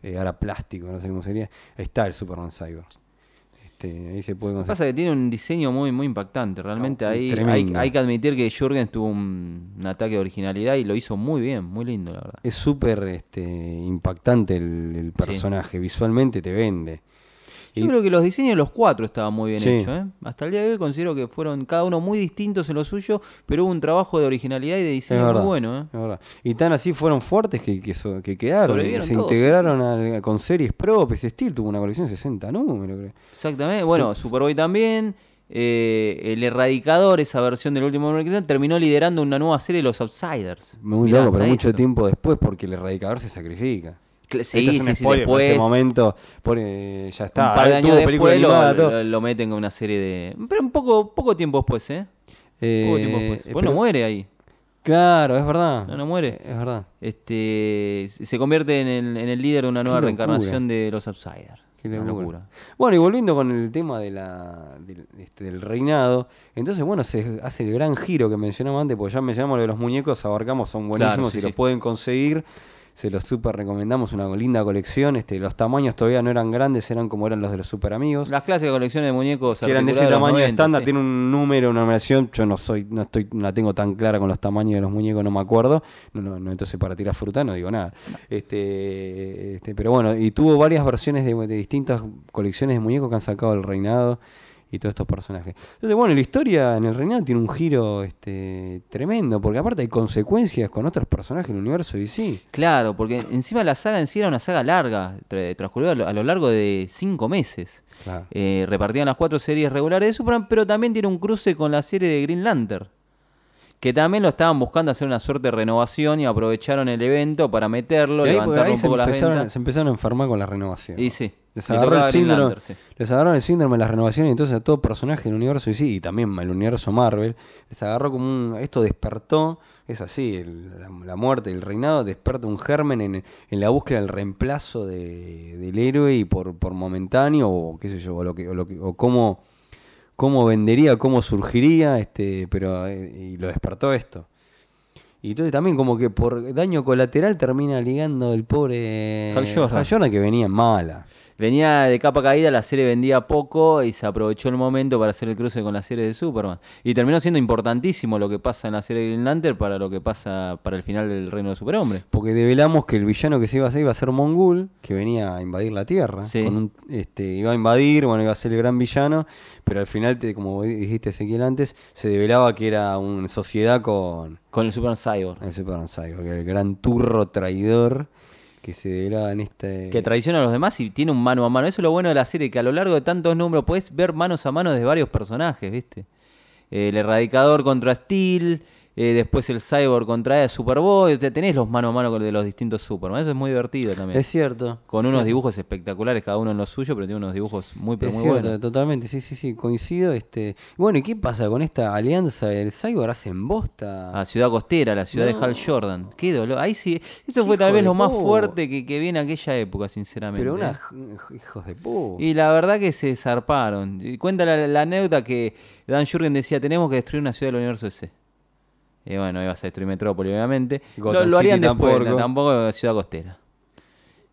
Speaker 3: eh, ahora plástico, no sé cómo sería. Está el Superman Cyborg. este, ahí se puede
Speaker 4: Lo
Speaker 3: conseguir.
Speaker 4: que pasa es que tiene un diseño muy, muy impactante. Realmente
Speaker 3: Ah,
Speaker 4: ahí hay,
Speaker 3: tremendo.
Speaker 4: hay que admitir que Jürgens tuvo un, un ataque de originalidad y lo hizo muy bien, muy lindo, la verdad.
Speaker 3: Es súper este, impactante el, el personaje, visualmente te vende.
Speaker 4: Yo creo que los diseños de los cuatro estaban muy bien
Speaker 3: Sí.
Speaker 4: hechos. ¿eh? Hasta el día de hoy considero que fueron cada uno muy distintos en lo suyo, pero hubo un trabajo de originalidad y de
Speaker 3: Es
Speaker 4: diseño
Speaker 3: verdad,
Speaker 4: muy bueno. ¿eh?
Speaker 3: es verdad. Y tan así fueron fuertes que, que so- que quedaron. y
Speaker 4: Sobrevivieron
Speaker 3: se
Speaker 4: todos,
Speaker 3: integraron al- con series propias. Steel tuvo una colección de 60 números, creo.
Speaker 4: Exactamente. Bueno, Superboy también. eh, el Erradicador, esa versión del último hombre cristiano, terminó liderando una nueva serie de los Outsiders.
Speaker 3: Muy
Speaker 4: Mirá,
Speaker 3: loco, pero
Speaker 4: hasta
Speaker 3: mucho
Speaker 4: eso.
Speaker 3: tiempo después porque el erradicador se sacrifica.
Speaker 4: Cl-
Speaker 3: Este
Speaker 4: Sí,
Speaker 3: es un
Speaker 4: sí,
Speaker 3: spoiler,
Speaker 4: sí,
Speaker 3: pero en
Speaker 4: después,
Speaker 3: este momento pone- ya está.
Speaker 4: un par de
Speaker 3: Ahí eh, tuvo
Speaker 4: años
Speaker 3: película
Speaker 4: después
Speaker 3: animada,
Speaker 4: lo,
Speaker 3: todo.
Speaker 4: lo- lo meten con una serie de... Pero un poco, poco tiempo después, ¿eh? Poco tiempo
Speaker 3: Eh,
Speaker 4: después. Bueno,
Speaker 3: pero- Ah.
Speaker 4: muere ahí.
Speaker 3: Claro, es verdad.
Speaker 4: No, no muere.
Speaker 3: Es verdad.
Speaker 4: Este, se se convierte en el, en el líder de una nueva
Speaker 3: locura.
Speaker 4: reencarnación de los Outsiders.
Speaker 3: Qué
Speaker 4: Una
Speaker 3: locura.
Speaker 4: locura.
Speaker 3: Bueno, y volviendo con el tema de la, del, este, del reinado, entonces, bueno, se hace el gran giro que mencionamos antes, porque ya mencionamos lo de los muñecos, abarcamos, son buenísimos,
Speaker 4: Claro, sí,
Speaker 3: si los
Speaker 4: sí.
Speaker 3: pueden conseguir, se los super recomendamos, una linda colección, este, los tamaños todavía no eran grandes, eran como eran los de los super amigos.
Speaker 4: Las clásicas colecciones de muñecos
Speaker 3: que eran de ese
Speaker 4: articulados de los
Speaker 3: tamaño
Speaker 4: 90,
Speaker 3: estándar,
Speaker 4: sí.
Speaker 3: tiene un número, una numeración, yo no soy, no estoy, no la tengo tan clara con los tamaños de los muñecos, no me acuerdo. No, no, no, entonces para tirar fruta no digo nada. Este, este, pero bueno, y tuvo varias versiones de, de distintas colecciones de muñecos que han sacado el reinado y todos estos personajes. Entonces, bueno, la historia en el reinado tiene un giro este, tremendo, porque aparte hay consecuencias con otros personajes del universo y sí.
Speaker 4: Eh, Claro, porque encima la saga en sí era una saga larga, tra- transcurrió a lo, a lo largo de cinco meses.
Speaker 3: Claro.
Speaker 4: Eh, repartían las cuatro series regulares de Superman, pero también tiene un cruce con la serie de Green Lantern, que también lo estaban buscando hacer una suerte de renovación y aprovecharon el evento para meterlo,
Speaker 3: Y ahí,
Speaker 4: levantarlo
Speaker 3: ahí
Speaker 4: un
Speaker 3: se,
Speaker 4: poco las
Speaker 3: empezaron,
Speaker 4: ventas.
Speaker 3: se empezaron a enfermar con la renovación.
Speaker 4: Y sí,
Speaker 3: Les
Speaker 4: le
Speaker 3: agarró,
Speaker 4: tocaba
Speaker 3: el
Speaker 4: Green
Speaker 3: síndrome,
Speaker 4: Lantern, sí.
Speaker 3: les agarraron el síndrome de las renovaciones, entonces a todo personaje del universo DC y también el universo Marvel, les agarró como un... Esto despertó, es así, el- la, la muerte, el reinado desperta un germen en, en la búsqueda del reemplazo de- del héroe y por, por momentáneo, o qué sé yo, o, lo que, o, lo que- o cómo, cómo vendería, cómo surgiría, este pero eh, y lo despertó esto. Y entonces también como que por daño colateral termina ligando el pobre
Speaker 4: Hal Jordan.
Speaker 3: Hal Jordan que venía en mala.
Speaker 4: Venía de capa caída, la serie vendía poco y se aprovechó el momento para hacer el cruce con la serie de Superman. Y terminó siendo importantísimo lo que pasa en la serie de Green Lantern para lo que pasa para el final del Reino de Superhombre.
Speaker 3: Porque develamos que el villano que se iba a hacer iba a ser Mongul, que venía a invadir la Tierra.
Speaker 4: Sí.
Speaker 3: Con un- este, iba a invadir, bueno, iba a ser el gran villano, pero al final, te- como dijiste Ezequiel antes, se develaba que era una sociedad con
Speaker 4: Con el Superman Cyborg.
Speaker 3: el Superman Cyborg, que era el gran turro traidor que se develaba en este...
Speaker 4: Que traiciona a los demás y tiene un mano a mano. Eso es lo bueno de la serie, que a lo largo de tantos números puedes ver manos a mano de varios personajes, ¿viste? El Erradicador contra Steel, eh, después el Cyborg contra Superboy. O sea, tenés los mano a mano con- de los distintos Superman. Eso es muy divertido también.
Speaker 3: es cierto.
Speaker 4: Con unos dibujos espectaculares, cada uno en lo suyo, pero tiene unos dibujos muy, pero
Speaker 3: es
Speaker 4: muy
Speaker 3: cierto,
Speaker 4: buenos.
Speaker 3: totalmente, sí, sí, sí, coincido. Este, bueno, ¿y qué pasa con esta alianza? El Cyborg hacen bosta.
Speaker 4: A Ciudad Costera, la ciudad de Hal Jordan. Qué dolor. Ahí sí. Eso fue tal
Speaker 3: hijo
Speaker 4: vez
Speaker 3: de
Speaker 4: lo más
Speaker 3: po.
Speaker 4: fuerte que, que vi en aquella época, sinceramente.
Speaker 3: pero
Speaker 4: ¿eh?
Speaker 3: unas hijos de puta.
Speaker 4: Y la verdad que se zarparon. Y Cuenta la, la anécdota que Dan Jurgen decía, tenemos que destruir una ciudad del universo ese. Y bueno, ibas a destruir Metrópoli, obviamente.
Speaker 3: Gotham
Speaker 4: Lo, lo harían
Speaker 3: City
Speaker 4: después,
Speaker 3: tampoco.
Speaker 4: no, tampoco, Ciudad Costera.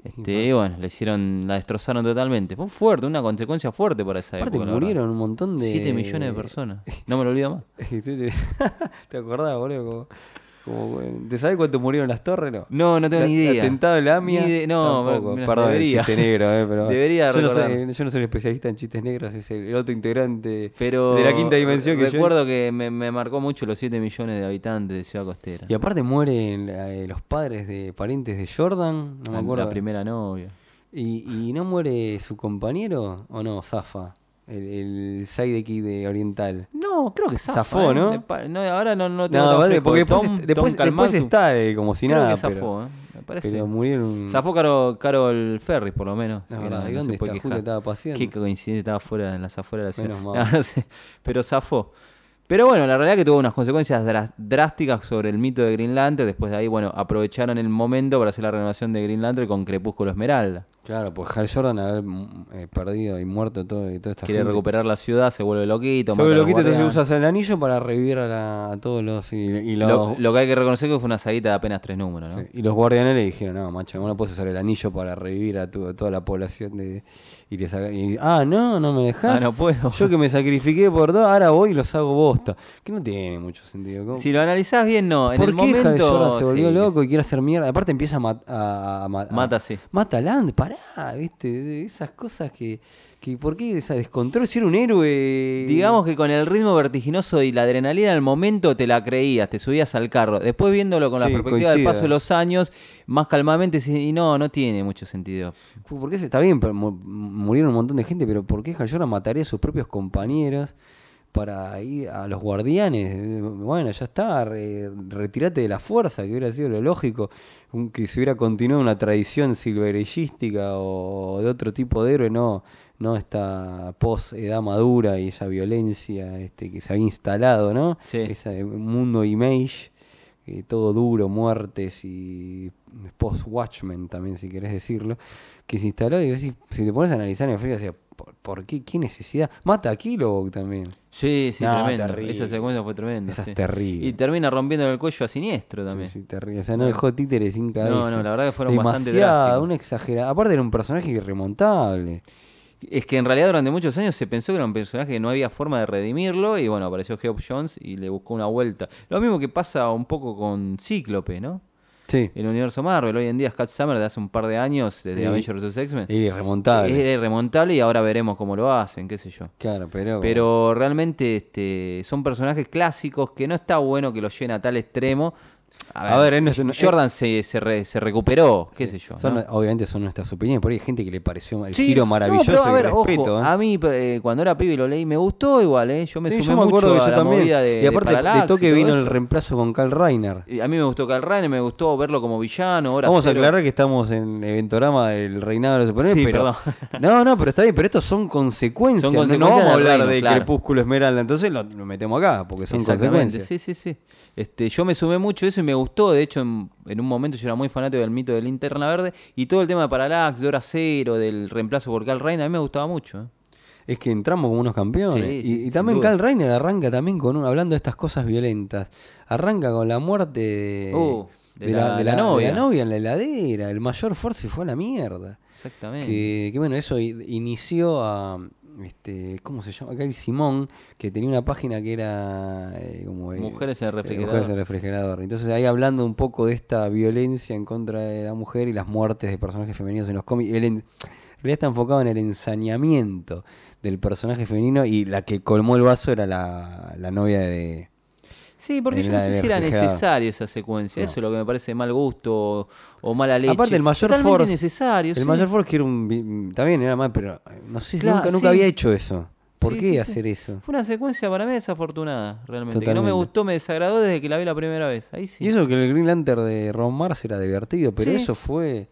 Speaker 4: Este, y bueno, le hicieron, la destrozaron totalmente. Fue fuerte, una consecuencia fuerte para esa
Speaker 3: Aparte
Speaker 4: época. la
Speaker 3: murieron
Speaker 4: verdad.
Speaker 3: un montón de...
Speaker 4: Siete millones de personas.
Speaker 3: *laughs*
Speaker 4: No me lo olvido más.
Speaker 3: Y tú te, *laughs* ¿Te acordás, boludo? Como, como- ¿Te sabes cuánto murieron las torres? No,
Speaker 4: No, no tengo
Speaker 3: La-
Speaker 4: ni idea.
Speaker 3: el atentado de la AMIA.
Speaker 4: Ni de- no,
Speaker 3: tampoco.
Speaker 4: me- me-
Speaker 3: perdón,
Speaker 4: debería.
Speaker 3: el chiste negro, eh, pero.
Speaker 4: *laughs* Debería
Speaker 3: yo no, soy,
Speaker 4: recordar.
Speaker 3: yo no soy un especialista en chistes negros, es el, el otro integrante
Speaker 4: Pero
Speaker 3: de la quinta dimensión que yo-
Speaker 4: recuerdo que me, me marcó mucho los 7 millones de habitantes de Ciudad Costera.
Speaker 3: Y aparte mueren eh, los padres de parientes de Jordan, no me
Speaker 4: La-
Speaker 3: acuerdo.
Speaker 4: La primera novia.
Speaker 3: y, y no muere su compañero o no, Zafa, el, el sidekick de Oriental.
Speaker 4: No, creo que zafa,
Speaker 3: Zafó,
Speaker 4: ¿eh?
Speaker 3: ¿no?
Speaker 4: Me pa- no, ahora no, no tengo
Speaker 3: No,
Speaker 4: tan
Speaker 3: vale,
Speaker 4: fresco.
Speaker 3: porque después,
Speaker 4: Tom-
Speaker 3: est- después,
Speaker 4: Tom Kalmar,
Speaker 3: después
Speaker 4: tú-
Speaker 3: está eh, como si
Speaker 4: creo
Speaker 3: nada.
Speaker 4: que zafó,
Speaker 3: pero,
Speaker 4: ¿eh? Me parece.
Speaker 3: pero murieron.
Speaker 4: Zafó Caro, Carol Ferris, por lo menos.
Speaker 3: La
Speaker 4: así que
Speaker 3: verdad,
Speaker 4: nada,
Speaker 3: Mm. ¿y
Speaker 4: no se
Speaker 3: dónde
Speaker 4: puede
Speaker 3: está? Julio
Speaker 4: quejar.
Speaker 3: estaba paseando.
Speaker 4: Qué coincidente, estaba fuera, en las afueras de la ciudad.
Speaker 3: Menos mal.
Speaker 4: *laughs* No, no sé, pero zafó. Pero bueno, la realidad que tuvo unas consecuencias dras- drásticas sobre el mito de Green Lantern. Después de ahí, bueno, aprovecharon el momento para hacer la renovación de Green Lantern con Crepúsculo Esmeralda.
Speaker 3: Claro, pues Hal Jordan haber mm, eh, perdido y muerto todo, y toda esta
Speaker 4: Quiere
Speaker 3: gente.
Speaker 4: recuperar la ciudad, se vuelve loquito.
Speaker 3: Se
Speaker 4: mata a
Speaker 3: vuelve
Speaker 4: los
Speaker 3: loquito, entonces
Speaker 4: guardianes.
Speaker 3: usas el anillo para revivir a, la- a todos los. Y, y los,
Speaker 4: Lo, lo que hay que reconocer que fue una saguita de apenas tres números, ¿no?
Speaker 3: sí, y los guardianes le dijeron: No, macho, vos no puedes usar el anillo para revivir a, tu- a toda la población. de y les haga- y, Ah, no, no me
Speaker 4: Ah,
Speaker 3: dejás.
Speaker 4: no puedo.
Speaker 3: Yo que me sacrifiqué por dos, ahora voy y los hago bosta. Que no tiene mucho sentido. ¿cómo?
Speaker 4: Si lo analizás bien, no. En
Speaker 3: ¿Por
Speaker 4: el
Speaker 3: qué
Speaker 4: momento,
Speaker 3: Hal Jordan se volvió
Speaker 4: sí,
Speaker 3: loco y quiere hacer mierda? Aparte empieza a, mat- a- a- a-
Speaker 4: Mata, sí.
Speaker 3: Mata a Land, pará, viste, esas cosas que, que ¿por qué esa descontrol? Si era un héroe.
Speaker 4: Digamos que con el ritmo vertiginoso y la adrenalina al momento te la creías, te subías al carro. Después viéndolo con la
Speaker 3: Sí,
Speaker 4: perspectiva del
Speaker 3: coincido.
Speaker 4: paso de los años, más calmamente, decís, y no, no tiene mucho sentido.
Speaker 3: ¿Por qué se- está bien, pero mu- murieron un montón de gente, pero ¿por qué Hal Jordan mataría a sus propios compañeros para ir a los guardianes? Eh, Bueno, ya está, re- retirate de la fuerza, que hubiera sido lo lógico, un- que se hubiera continuado una tradición silverellística o de otro tipo de héroe, no, no esta pos edad madura y esa violencia este, que se había instalado, ¿no?
Speaker 4: Sí.
Speaker 3: Ese mundo image. eh, todo duro, muertes y post-Watchmen también, si querés decirlo, que se instaló. Y decís, si te pones a analizar en frío, decía, ¿por, por qué? ¿Qué necesidad? Mata a Kilowog también.
Speaker 4: Sí, sí,
Speaker 3: No,
Speaker 4: tremendo.
Speaker 3: terrible.
Speaker 4: Esa secuencia fue tremenda.
Speaker 3: Esa es
Speaker 4: sí.
Speaker 3: terrible.
Speaker 4: Y termina rompiendo el cuello a siniestro también.
Speaker 3: Sí, sí, terrible. O sea, no dejó títeres sin cabeza.
Speaker 4: no, la verdad que fueron bastante
Speaker 3: Demasiado,
Speaker 4: drásticos.
Speaker 3: una exagerada. Aparte era un personaje irremontable.
Speaker 4: Es que en realidad durante muchos años se pensó que era un personaje que no había forma de redimirlo y bueno, apareció Geoff Jones y le buscó una vuelta. Lo mismo que pasa un poco con Cíclope, ¿no?
Speaker 3: Sí.
Speaker 4: El universo Marvel, hoy en día Scott Summer de hace un par de años, desde
Speaker 3: Y-
Speaker 4: Avengers vs. X-Men,
Speaker 3: Era irremontable.
Speaker 4: era irremontable y ahora veremos cómo lo hacen, qué sé yo.
Speaker 3: Claro, pero.
Speaker 4: Pero realmente este, son personajes clásicos que no está bueno que los lleven a tal extremo.
Speaker 3: A ver, él no es un-
Speaker 4: Jordan se, se, re- se recuperó, qué sé yo.
Speaker 3: son-
Speaker 4: ¿no?
Speaker 3: Obviamente son nuestras opiniones. Por ahí hay gente que le pareció el
Speaker 4: Sí,
Speaker 3: giro
Speaker 4: no,
Speaker 3: maravilloso
Speaker 4: pero a
Speaker 3: y
Speaker 4: ver, ojo,
Speaker 3: respeto. ¿eh?
Speaker 4: A mí, eh, cuando era pibe y lo leí, me gustó igual, ¿eh? Yo me
Speaker 3: Sí,
Speaker 4: sumé
Speaker 3: yo me acuerdo
Speaker 4: mucho
Speaker 3: que
Speaker 4: a
Speaker 3: yo
Speaker 4: la
Speaker 3: también.
Speaker 4: movida de,
Speaker 3: y aparte, de,
Speaker 4: Parallax y
Speaker 3: toque
Speaker 4: todo
Speaker 3: vino el
Speaker 4: eso.
Speaker 3: reemplazo con Carl Reiner.
Speaker 4: Y A mí me gustó Carl Reiner, me gustó verlo como villano. Ahora
Speaker 3: Vamos a
Speaker 4: cero.
Speaker 3: aclarar que estamos en eventorama del reinado de los superhéroes,
Speaker 4: Sí,
Speaker 3: pero *laughs*
Speaker 4: perdón.
Speaker 3: no, no, pero está bien, pero estos son consecuencias,
Speaker 4: Son
Speaker 3: no- no,
Speaker 4: consecuencias
Speaker 3: vamos a
Speaker 4: del
Speaker 3: hablar
Speaker 4: reino,
Speaker 3: de
Speaker 4: claro.
Speaker 3: Crepúsculo Esmeralda, entonces lo, lo metemos acá, porque son
Speaker 4: Exactamente,
Speaker 3: consecuencias.
Speaker 4: sí, sí, sí. Este, yo me sumé mucho a eso y me gustó. De hecho, en, en un momento yo era muy fanático del mito de Linterna Verde y todo el tema de Parallax, de Hora Cero, del reemplazo por Carl Reiner, a mí me gustaba mucho. ¿eh?
Speaker 3: Es que entramos como unos campeones.
Speaker 4: Sí, sí,
Speaker 3: y,
Speaker 4: sí,
Speaker 3: y
Speaker 4: sin
Speaker 3: también
Speaker 4: duda.
Speaker 3: Carl Reiner arranca también con un, hablando de estas cosas violentas. Arranca con la muerte de,
Speaker 4: Uh, de la- de la novia.
Speaker 3: de la novia en la heladera. El mayor force fue a la mierda.
Speaker 4: Exactamente.
Speaker 3: Que, que bueno, eso i- inició a. Este, ¿Cómo se llama? Acá el Simón, que tenía una página que era. eh, como, eh,
Speaker 4: Mujeres en el
Speaker 3: eh,
Speaker 4: refrigerador.
Speaker 3: Mujeres en el refrigerador. Entonces ahí hablando un poco de esta violencia en contra de la mujer y las muertes de personajes femeninos en los cómics. Él en, en realidad está enfocado en el ensañamiento del personaje femenino y la que colmó el vaso era la, la novia de.
Speaker 4: Sí, porque
Speaker 3: en
Speaker 4: yo no
Speaker 3: la
Speaker 4: sé
Speaker 3: del
Speaker 4: si era
Speaker 3: refrigerador.
Speaker 4: necesario esa secuencia. Eso es lo que me parece mal gusto o, o mala leche.
Speaker 3: Aparte, el mayor
Speaker 4: Totalmente
Speaker 3: force.
Speaker 4: necesario,
Speaker 3: el
Speaker 4: sí.
Speaker 3: mayor force que era un. vi- También era mal, pero eh, no sé,
Speaker 4: Claro,
Speaker 3: nunca,
Speaker 4: sí.
Speaker 3: nunca había hecho eso. ¿Por
Speaker 4: Sí,
Speaker 3: qué
Speaker 4: sí, sí.
Speaker 3: hacer eso?
Speaker 4: Fue una secuencia para mí desafortunada, realmente. Que no me
Speaker 3: Totalmente.
Speaker 4: gustó, me desagradó desde que la vi la primera vez. Ahí sí.
Speaker 3: Y eso que el Green Lantern de Ron Mars era divertido, pero
Speaker 4: Sí.
Speaker 3: eso fue.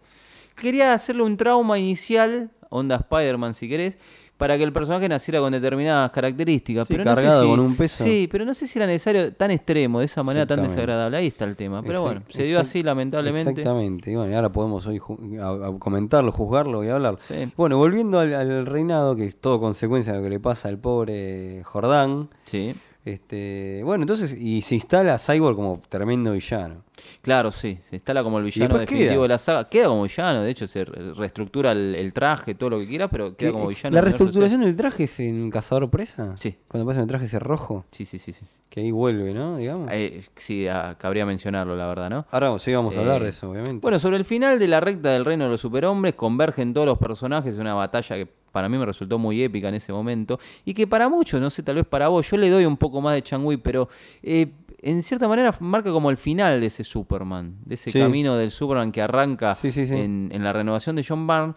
Speaker 4: Quería hacerle un trauma inicial, onda Spider-Man si querés, para que el personaje naciera con determinadas características.
Speaker 3: Sí,
Speaker 4: pero no
Speaker 3: cargado
Speaker 4: sé si-
Speaker 3: con un peso.
Speaker 4: Sí, pero no sé si era necesario tan extremo, de esa manera tan
Speaker 3: Exactamente.
Speaker 4: desagradable. Ahí está el tema. Ah, Pero bueno,
Speaker 3: Exact-
Speaker 4: se dio
Speaker 3: exact-
Speaker 4: así lamentablemente.
Speaker 3: Exactamente. Y bueno, y ahora podemos hoy ju- a- a comentarlo, juzgarlo y hablarlo.
Speaker 4: Sí.
Speaker 3: Bueno, volviendo al, al reinado, que es todo consecuencia de lo que le pasa al pobre Jordán.
Speaker 4: Sí.
Speaker 3: Este, bueno, entonces, y se instala Cyborg como tremendo villano.
Speaker 4: Claro, sí, se instala como el villano
Speaker 3: después
Speaker 4: definitivo
Speaker 3: queda.
Speaker 4: de la saga. Queda como villano, de hecho se re- reestructura el, el traje, todo lo que quieras, pero queda
Speaker 3: Que- eh,
Speaker 4: como villano.
Speaker 3: ¿La
Speaker 4: del universo
Speaker 3: reestructuración del traje es en Cazador Presa?
Speaker 4: Sí.
Speaker 3: Cuando pasan el traje ese rojo,
Speaker 4: C. Sí, sí, sí. sí.
Speaker 3: que ahí vuelve, ¿no? Digamos.
Speaker 4: Eh, sí, ah, cabría mencionarlo, la verdad, ¿no?
Speaker 3: Ahora sí vamos a hablar
Speaker 4: Eh,
Speaker 3: de eso, obviamente.
Speaker 4: Bueno, sobre el final de la recta del Reino de los Superhombres convergen todos los personajes en una batalla que para mí me resultó muy épica en ese momento y que para muchos, no sé, tal vez para vos, yo le doy un poco más de Changui, pero eh, en cierta manera marca como el final de ese Superman, de ese
Speaker 3: Sí.
Speaker 4: camino del Superman que arranca
Speaker 3: Sí, sí, sí.
Speaker 4: En, en la renovación de John Byrne.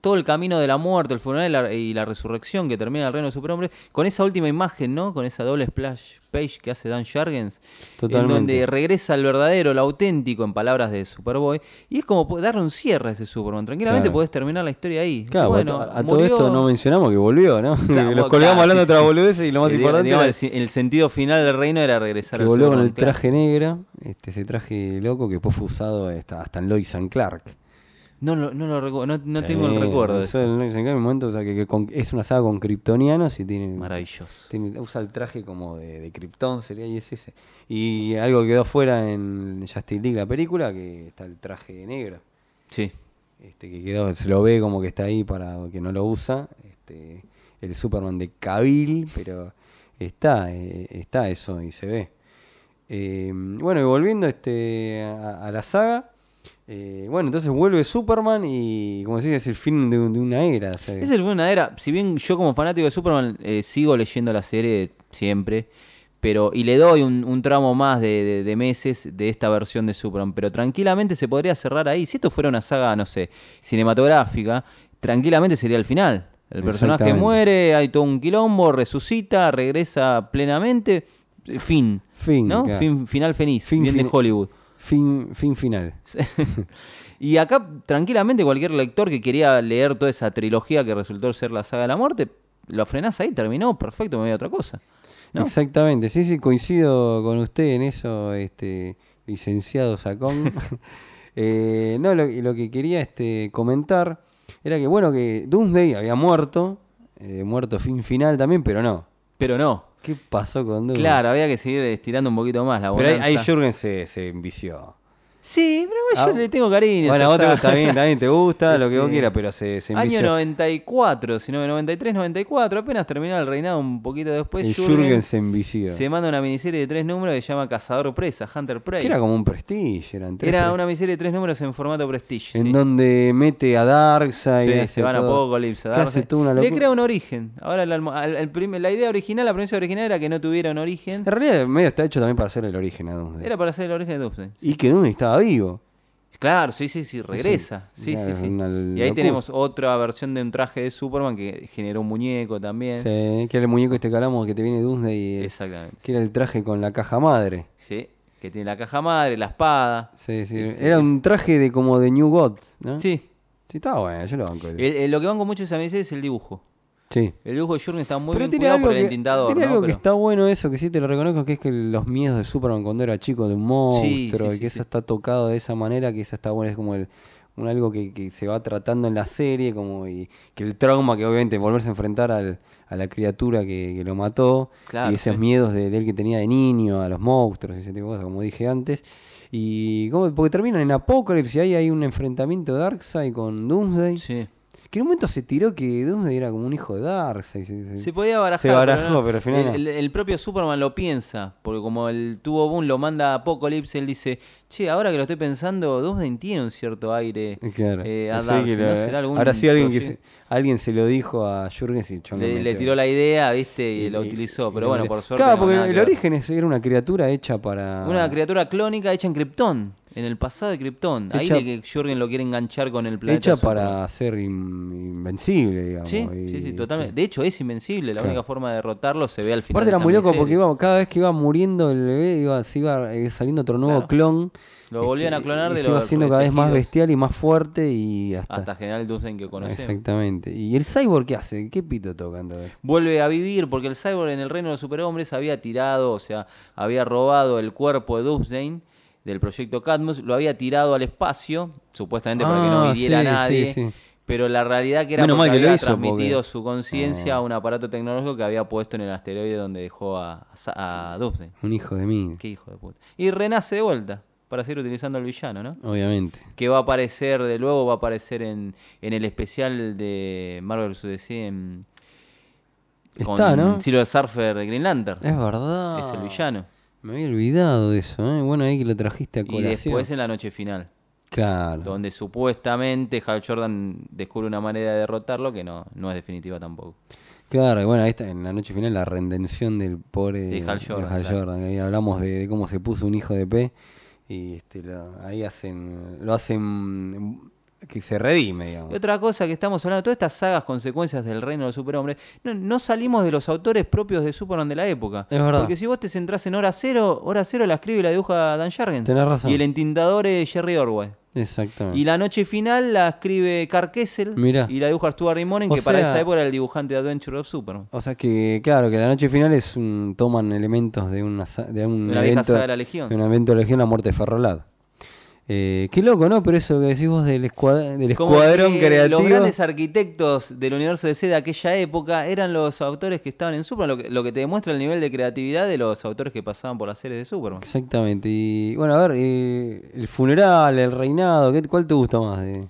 Speaker 4: Todo el camino de la muerte, el funeral y la, y la resurrección que termina el reino de los superhombres, con esa última imagen, ¿no? Con esa doble splash page que hace Dan Jargens, en
Speaker 3: Totalmente.
Speaker 4: donde regresa el verdadero, el auténtico, en palabras de Superboy. Y es como po- darle un cierre a ese Superman. Tranquilamente
Speaker 3: Claro.
Speaker 4: podés terminar la historia ahí.
Speaker 3: Claro,
Speaker 4: Bueno,
Speaker 3: a, a todo
Speaker 4: murió.
Speaker 3: esto no mencionamos *laughs* que volvió, ¿no?
Speaker 4: Claro,
Speaker 3: Los colgamos
Speaker 4: bueno, claro,
Speaker 3: hablando
Speaker 4: sí,
Speaker 3: de otras
Speaker 4: sí.
Speaker 3: boludeces y lo más
Speaker 4: Digo,
Speaker 3: importante
Speaker 4: digamos,
Speaker 3: era
Speaker 4: el, si- el sentido final del reino era regresar
Speaker 3: que
Speaker 4: al
Speaker 3: volvió con
Speaker 4: Superman,
Speaker 3: el
Speaker 4: claro.
Speaker 3: traje negro, este, ese traje loco que después fue usado hasta, hasta en Lois and Clark.
Speaker 4: No, lo- no, lo recu- no, no tengo
Speaker 3: Sí,
Speaker 4: el recuerdo de
Speaker 3: eso
Speaker 4: eso.
Speaker 3: es lo que se encarga en un momento, o sea, que, que con- es una saga con kryptonianos y tiene,
Speaker 4: Maravilloso.
Speaker 3: tiene- usa el traje como de, de Krypton, sería y es ese. Y algo que quedó fuera en Justice League, la película, que está el traje negro.
Speaker 4: Sí.
Speaker 3: Este, que quedó, se lo ve como que está ahí para que no lo usa. Este, el Superman de Cabil, pero está, eh, está eso y se ve. Eh, bueno, y volviendo este, a, a la saga. eh, bueno, entonces vuelve Superman y, como decía, es el fin de, un- de una era. o sea,
Speaker 4: Es el una era. Si bien yo como fanático de Superman eh, sigo leyendo la serie siempre, pero y le doy un, un tramo más de, de- de meses de esta versión de Superman, pero tranquilamente se podría cerrar ahí. Si esto fuera una saga, no sé, cinematográfica, tranquilamente sería el final. El personaje
Speaker 3: Exactamente.
Speaker 4: muere, hay todo un quilombo, resucita, regresa plenamente, eh, fin.
Speaker 3: Fin,
Speaker 4: ¿no?
Speaker 3: claro.
Speaker 4: Fin- final feliz,
Speaker 3: Fin
Speaker 4: bien de
Speaker 3: fini-
Speaker 4: Hollywood.
Speaker 3: fin, fin final.
Speaker 4: Y acá, tranquilamente, cualquier lector que quería leer toda esa trilogía que resultó ser la saga de la muerte, lo frenás ahí, terminó, perfecto, me voy a otra cosa. ¿No?
Speaker 3: Exactamente, sí, sí, coincido con usted en eso, este, licenciado
Speaker 4: *laughs*
Speaker 3: Sacón. Eh, no, lo, lo que quería este, comentar era que, bueno, que Doomsday había muerto, eh, muerto fin final también, pero no.
Speaker 4: Pero no.
Speaker 3: ¿Qué pasó con Doomsday?
Speaker 4: Claro, había que seguir estirando un poquito más la
Speaker 3: Pero ahí,
Speaker 4: bonanza.
Speaker 3: ahí Jürgen se, se envició.
Speaker 4: Sí, pero igual yo
Speaker 3: Ah,
Speaker 4: le tengo cariño. a
Speaker 3: Bueno,
Speaker 4: esa
Speaker 3: a vos te
Speaker 4: saga.
Speaker 3: gusta, bien, también te gusta, lo que vos
Speaker 4: Este,
Speaker 3: quieras, pero se, se envició.
Speaker 4: Año 94, si no, 93, 94, apenas terminó el reinado un poquito después.
Speaker 3: El
Speaker 4: Jürgen
Speaker 3: Jürgen se envició.
Speaker 4: se manda una miniserie de tres números que se llama Cazador Presa, Hunter Prey.
Speaker 3: Que era como un prestigio, eran tres.
Speaker 4: Era
Speaker 3: pre-
Speaker 4: una miniserie de tres números en formato Prestige.
Speaker 3: En
Speaker 4: sí.
Speaker 3: donde mete a Darkseid.
Speaker 4: Sí,
Speaker 3: hace
Speaker 4: se van
Speaker 3: todo-
Speaker 4: a Apocalypse. a
Speaker 3: que hace
Speaker 4: darse-
Speaker 3: toda una
Speaker 4: Le
Speaker 3: locura.
Speaker 4: crea un origen. Ahora el almo- al- el prim- la idea original, la premisa original era que no tuviera un origen.
Speaker 3: En realidad, medio está hecho también para hacer el origen a Doomsday.
Speaker 4: Era para hacer el origen de Doomsday.
Speaker 3: Y que Doomsday estaba vivo.
Speaker 4: Claro, sí, sí, sí, regresa.
Speaker 3: Eso,
Speaker 4: Sí,
Speaker 3: claro,
Speaker 4: sí, sí.
Speaker 3: una
Speaker 4: Y ahí
Speaker 3: locura.
Speaker 4: tenemos otra versión de un traje de Superman que generó un muñeco también.
Speaker 3: Sí, que era el muñeco este que hablamos que te viene Doomsday. eh,
Speaker 4: Exactamente.
Speaker 3: Que era el traje con la caja madre.
Speaker 4: Sí, que tiene la caja madre, la espada.
Speaker 3: Sí, sí.
Speaker 4: Este,
Speaker 3: era un traje de como de New Gods, ¿no?
Speaker 4: Sí. Eh,
Speaker 3: Sí, estaba bueno, yo lo banco.
Speaker 4: El- el- lo que banco mucho de esa miniserie es el dibujo.
Speaker 3: Sí.
Speaker 4: El dibujo de Jürgen está muy
Speaker 3: Pero
Speaker 4: bien
Speaker 3: tiene
Speaker 4: cuidado
Speaker 3: algo,
Speaker 4: por el
Speaker 3: que,
Speaker 4: entintador.
Speaker 3: tiene
Speaker 4: ¿no?
Speaker 3: algo que
Speaker 4: Pero-
Speaker 3: está bueno eso, que sí te lo reconozco, que es que los miedos de Superman cuando era chico de un monstruo,
Speaker 4: sí,
Speaker 3: y que
Speaker 4: sí,
Speaker 3: eso
Speaker 4: sí.
Speaker 3: está tocado de esa manera, que eso está bueno, es como el, un algo que, que se va tratando en la serie, como y que el trauma que obviamente volverse a enfrentar al- a la criatura que, que lo mató,
Speaker 4: Claro,
Speaker 3: y esos
Speaker 4: sí.
Speaker 3: miedos de, de él que tenía de niño, a los monstruos, ese tipo de cosas, como dije antes. Y como, porque terminan en Apocalypse y ahí hay un enfrentamiento de Darkseid con Doomsday.
Speaker 4: Sí.
Speaker 3: Que en un momento se tiró que Doomsday era como un hijo de Darkseid. se- se-
Speaker 4: Se podía barajar.
Speaker 3: Se barajó, pero,
Speaker 4: no.
Speaker 3: al final. no.
Speaker 4: El, el- el propio Superman lo piensa, porque como el tubo Boom lo manda a Apocalypse, él dice: Che, ahora que lo estoy pensando, Doomsday tiene un cierto aire.
Speaker 3: Claro.
Speaker 4: eh, a
Speaker 3: Así
Speaker 4: Darkseid,
Speaker 3: que
Speaker 4: ¿no?
Speaker 3: lo-
Speaker 4: ¿Será algún
Speaker 3: Ahora sí alguien que se,
Speaker 4: proyecto?
Speaker 3: alguien se lo dijo a Jürgen y el chabón lo
Speaker 4: Le, le
Speaker 3: metió.
Speaker 4: tiró la idea, ¿viste? Y,
Speaker 3: Y-
Speaker 4: lo
Speaker 3: y-
Speaker 4: utilizó.
Speaker 3: y
Speaker 4: Pero
Speaker 3: lo
Speaker 4: bueno,
Speaker 3: metió.
Speaker 4: por suerte.
Speaker 3: Claro,
Speaker 4: no,
Speaker 3: porque
Speaker 4: nada
Speaker 3: el
Speaker 4: que ver.
Speaker 3: origen Ah. es- era una criatura hecha para.
Speaker 4: Una criatura clónica hecha en Krypton, en el pasado de Krypton. Ahí
Speaker 3: Hecha-
Speaker 4: de que Jürgen lo quiere enganchar con el planeta.
Speaker 3: hecha
Speaker 4: Superman.
Speaker 3: para ser in- invencible, digamos.
Speaker 4: Sí,
Speaker 3: y-
Speaker 4: sí, sí, totalmente. De hecho, es invencible. La
Speaker 3: Claro.
Speaker 4: única forma de derrotarlo se ve al final.
Speaker 3: Aparte
Speaker 4: de
Speaker 3: era
Speaker 4: esta
Speaker 3: muy loco
Speaker 4: miniserie.
Speaker 3: porque iba, cada vez que iba muriendo el bebé iba, se iba eh, saliendo otro nuevo
Speaker 4: Claro.
Speaker 3: clon. Este,
Speaker 4: Lo volvían a clonar
Speaker 3: y
Speaker 4: de
Speaker 3: se iba
Speaker 4: los
Speaker 3: haciendo cada vez más
Speaker 4: tejidos.
Speaker 3: bestial y más fuerte y hasta.
Speaker 4: Hasta General Doomsday que conocemos.
Speaker 3: exactamente. ¿Y el cyborg qué hace? ¿Qué pito toca en todo esto?
Speaker 4: vuelve a vivir porque el cyborg en el reino de los superhombres había tirado, o sea, había robado el cuerpo de Doomsday del proyecto Cadmus, lo había tirado al espacio, supuestamente para que no
Speaker 3: Ah,
Speaker 4: hiriera
Speaker 3: sí,
Speaker 4: a nadie.
Speaker 3: sí, sí.
Speaker 4: Pero la realidad que era
Speaker 3: Menos
Speaker 4: porque
Speaker 3: mal que lo
Speaker 4: había
Speaker 3: hizo,
Speaker 4: transmitido
Speaker 3: porque- Ah.
Speaker 4: su conciencia a un aparato tecnológico que había puesto en el asteroide donde dejó a, a Sa- a Doomsday.
Speaker 3: Un hijo de mí.
Speaker 4: Qué hijo de puta. Y renace de vuelta para seguir utilizando al villano, ¿no?
Speaker 3: Obviamente.
Speaker 4: que va a aparecer de luego, va a aparecer en, en el especial de Marvel vs. DC en,
Speaker 3: Está, ¿no?
Speaker 4: Silver Surfer Green Lantern.
Speaker 3: Es verdad.
Speaker 4: Es el villano.
Speaker 3: Me había olvidado de eso, ¿eh? Bueno, ahí que lo trajiste a
Speaker 4: Y
Speaker 3: colación.
Speaker 4: después en la noche final,
Speaker 3: Claro.
Speaker 4: donde supuestamente Hal Jordan descubre una manera de derrotarlo que no, no es definitiva tampoco.
Speaker 3: Claro, y bueno, ahí está en la noche final la redención del pobre
Speaker 4: De Hal Jordan, claro.
Speaker 3: Jordan. Ahí hablamos de, de cómo se puso un hijo de P. Y este, lo- ahí hacen. Lo hacen. Que se redime,
Speaker 4: Y
Speaker 3: digamos.
Speaker 4: otra cosa que estamos hablando, todas estas sagas consecuencias del reino del superhombre, no, no salimos de los autores propios de Superman de la época.
Speaker 3: Es verdad.
Speaker 4: Porque si vos te centrás en Hora Cero, Hora Cero la escribe y la dibuja Dan Jargens.
Speaker 3: Tenés razón.
Speaker 4: Y el entintador es Jerry Orwell.
Speaker 3: Exactamente.
Speaker 4: Y la noche final la escribe Carl Kessel
Speaker 3: Ah. Mirá.
Speaker 4: y la dibuja Stuart Rimonen,
Speaker 3: O
Speaker 4: que para
Speaker 3: sea-
Speaker 4: esa época era el dibujante de Adventure of Superman.
Speaker 3: O sea que, claro, que la noche final es un, toman elementos de, una, sa- de un
Speaker 4: De la vieja
Speaker 3: evento,
Speaker 4: saga de la Legión.
Speaker 3: de un evento de la Legión, la muerte de Ferrolad. Eh, qué loco, ¿no? Pero eso que decís vos del, escuad- del
Speaker 4: Como
Speaker 3: escuadrón
Speaker 4: que
Speaker 3: creativo.
Speaker 4: Los grandes arquitectos del universo de C de aquella época eran los autores que estaban en Superman, lo que, lo que te demuestra el nivel de creatividad de los autores que pasaban por las series de Superman.
Speaker 3: Exactamente. Y bueno, a ver, eh, el funeral, el reinado, ¿qué- ¿cuál te gusta más? de-